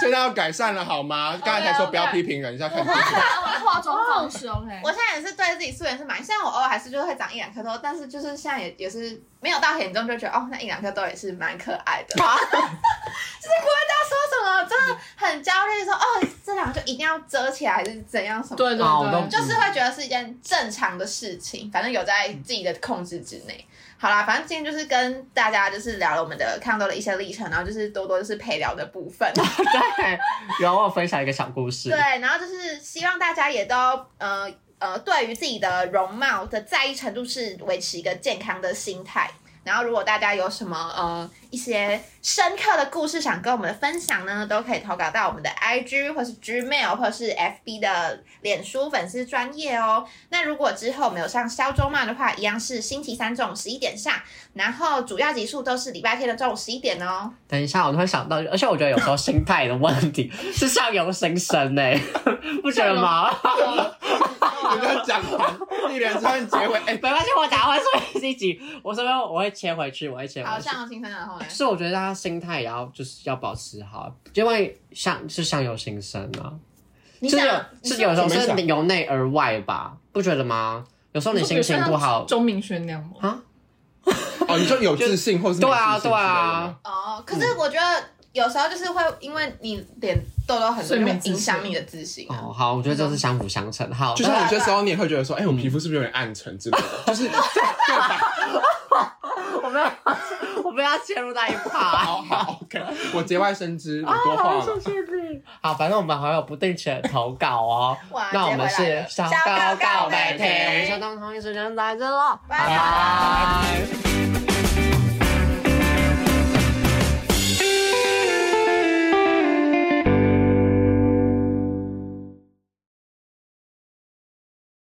[SPEAKER 5] 现在要改善了好吗？刚才才说不要批评人，现在看你批评人。
[SPEAKER 4] 我化妆方式 OK
[SPEAKER 1] 我现在也是对自己素颜是满意，虽然我偶尔还是就会长一两颗痘，但是就是现在也也是没有到严重，就觉得哦，那一两颗痘也是蛮可爱 [laughs] 的。就是不
[SPEAKER 4] 啊
[SPEAKER 1] 会再说什么真的很焦虑，说哦这两个就一定要遮起来，还是怎样什么？
[SPEAKER 4] 对对对，
[SPEAKER 3] 啊
[SPEAKER 5] 哦
[SPEAKER 3] 我都
[SPEAKER 1] 就是会觉得是一件正常的事情，反正有在自己的控制之内。好啦，反正今天就是跟大家就是聊了我们的抗痘的一些历程，然后就是多多就是陪聊的部
[SPEAKER 4] [laughs]
[SPEAKER 1] 分。
[SPEAKER 3] [laughs] 对，然后我分享一个小故事，
[SPEAKER 1] 对，然后就是希望大家也都呃呃，对于自己的容貌的在意程度是维持一个健康的心态。然后，如果大家有什么呃一些深刻的故事想跟我们的分享呢，都可以投稿到我们的 IG 或是 Gmail 或是 FB 的脸书粉丝专业哦。那如果之后没有上消周末的话，一样是星期三中午十一点上，然后主要集数都是礼拜天的中午十一点哦。
[SPEAKER 3] 等一下，我突然想到，而且我觉得有时候心态的问题 [laughs] 是相由心生呢、 [laughs] 不觉得吗？
[SPEAKER 5] 你在讲完，一连串结尾，哎、
[SPEAKER 3] 没关系，我等一下会说一集，我这边我会切回去，我会切
[SPEAKER 1] 好，
[SPEAKER 3] 回去。
[SPEAKER 1] 上了青春然后呢？
[SPEAKER 3] 是我觉得大家心态也要就是要保持好，因为像是相由心生啊，
[SPEAKER 1] 你
[SPEAKER 3] 是
[SPEAKER 1] 想
[SPEAKER 3] 有
[SPEAKER 1] 你
[SPEAKER 3] 是
[SPEAKER 1] 说
[SPEAKER 3] 有时候
[SPEAKER 5] 怎么想
[SPEAKER 3] 是由内而外吧，不觉得吗？有时候你心情不好
[SPEAKER 4] 钟明轩那样吗？
[SPEAKER 3] 啊，
[SPEAKER 5] 哦，你说有自信或是没
[SPEAKER 3] 对啊
[SPEAKER 5] 自信之
[SPEAKER 3] 对
[SPEAKER 5] 类的吗
[SPEAKER 3] 啊，
[SPEAKER 1] 哦，可
[SPEAKER 4] 嗯
[SPEAKER 1] 是我觉得有时候就是会因为你脸痘痘很多，
[SPEAKER 4] 睡
[SPEAKER 1] 就
[SPEAKER 4] 眠
[SPEAKER 1] 会
[SPEAKER 4] 自
[SPEAKER 1] 影
[SPEAKER 4] 信
[SPEAKER 1] 响你的自信啊。
[SPEAKER 3] 哦好，我觉得这是相辅相成。好，
[SPEAKER 5] 就像有些时候你也会觉得说，哎、我皮肤是不是有点暗沉之类的，就是对吧？
[SPEAKER 3] 我们要 [laughs] 我们要切入那一趴。
[SPEAKER 5] 好好，OK，我节外生枝，我
[SPEAKER 3] 啊
[SPEAKER 5] 多话了。
[SPEAKER 3] 好，反正我们还有不定期的投稿哦
[SPEAKER 1] [laughs] 哇。
[SPEAKER 3] 那我们
[SPEAKER 1] 接回来
[SPEAKER 3] 是
[SPEAKER 1] 了
[SPEAKER 3] 小
[SPEAKER 1] 小高
[SPEAKER 3] 高
[SPEAKER 1] 告
[SPEAKER 3] 告
[SPEAKER 1] 白
[SPEAKER 3] 白
[SPEAKER 1] 亭
[SPEAKER 3] 亭，我们下当同一时间再见喽，
[SPEAKER 1] 拜
[SPEAKER 3] 拜拜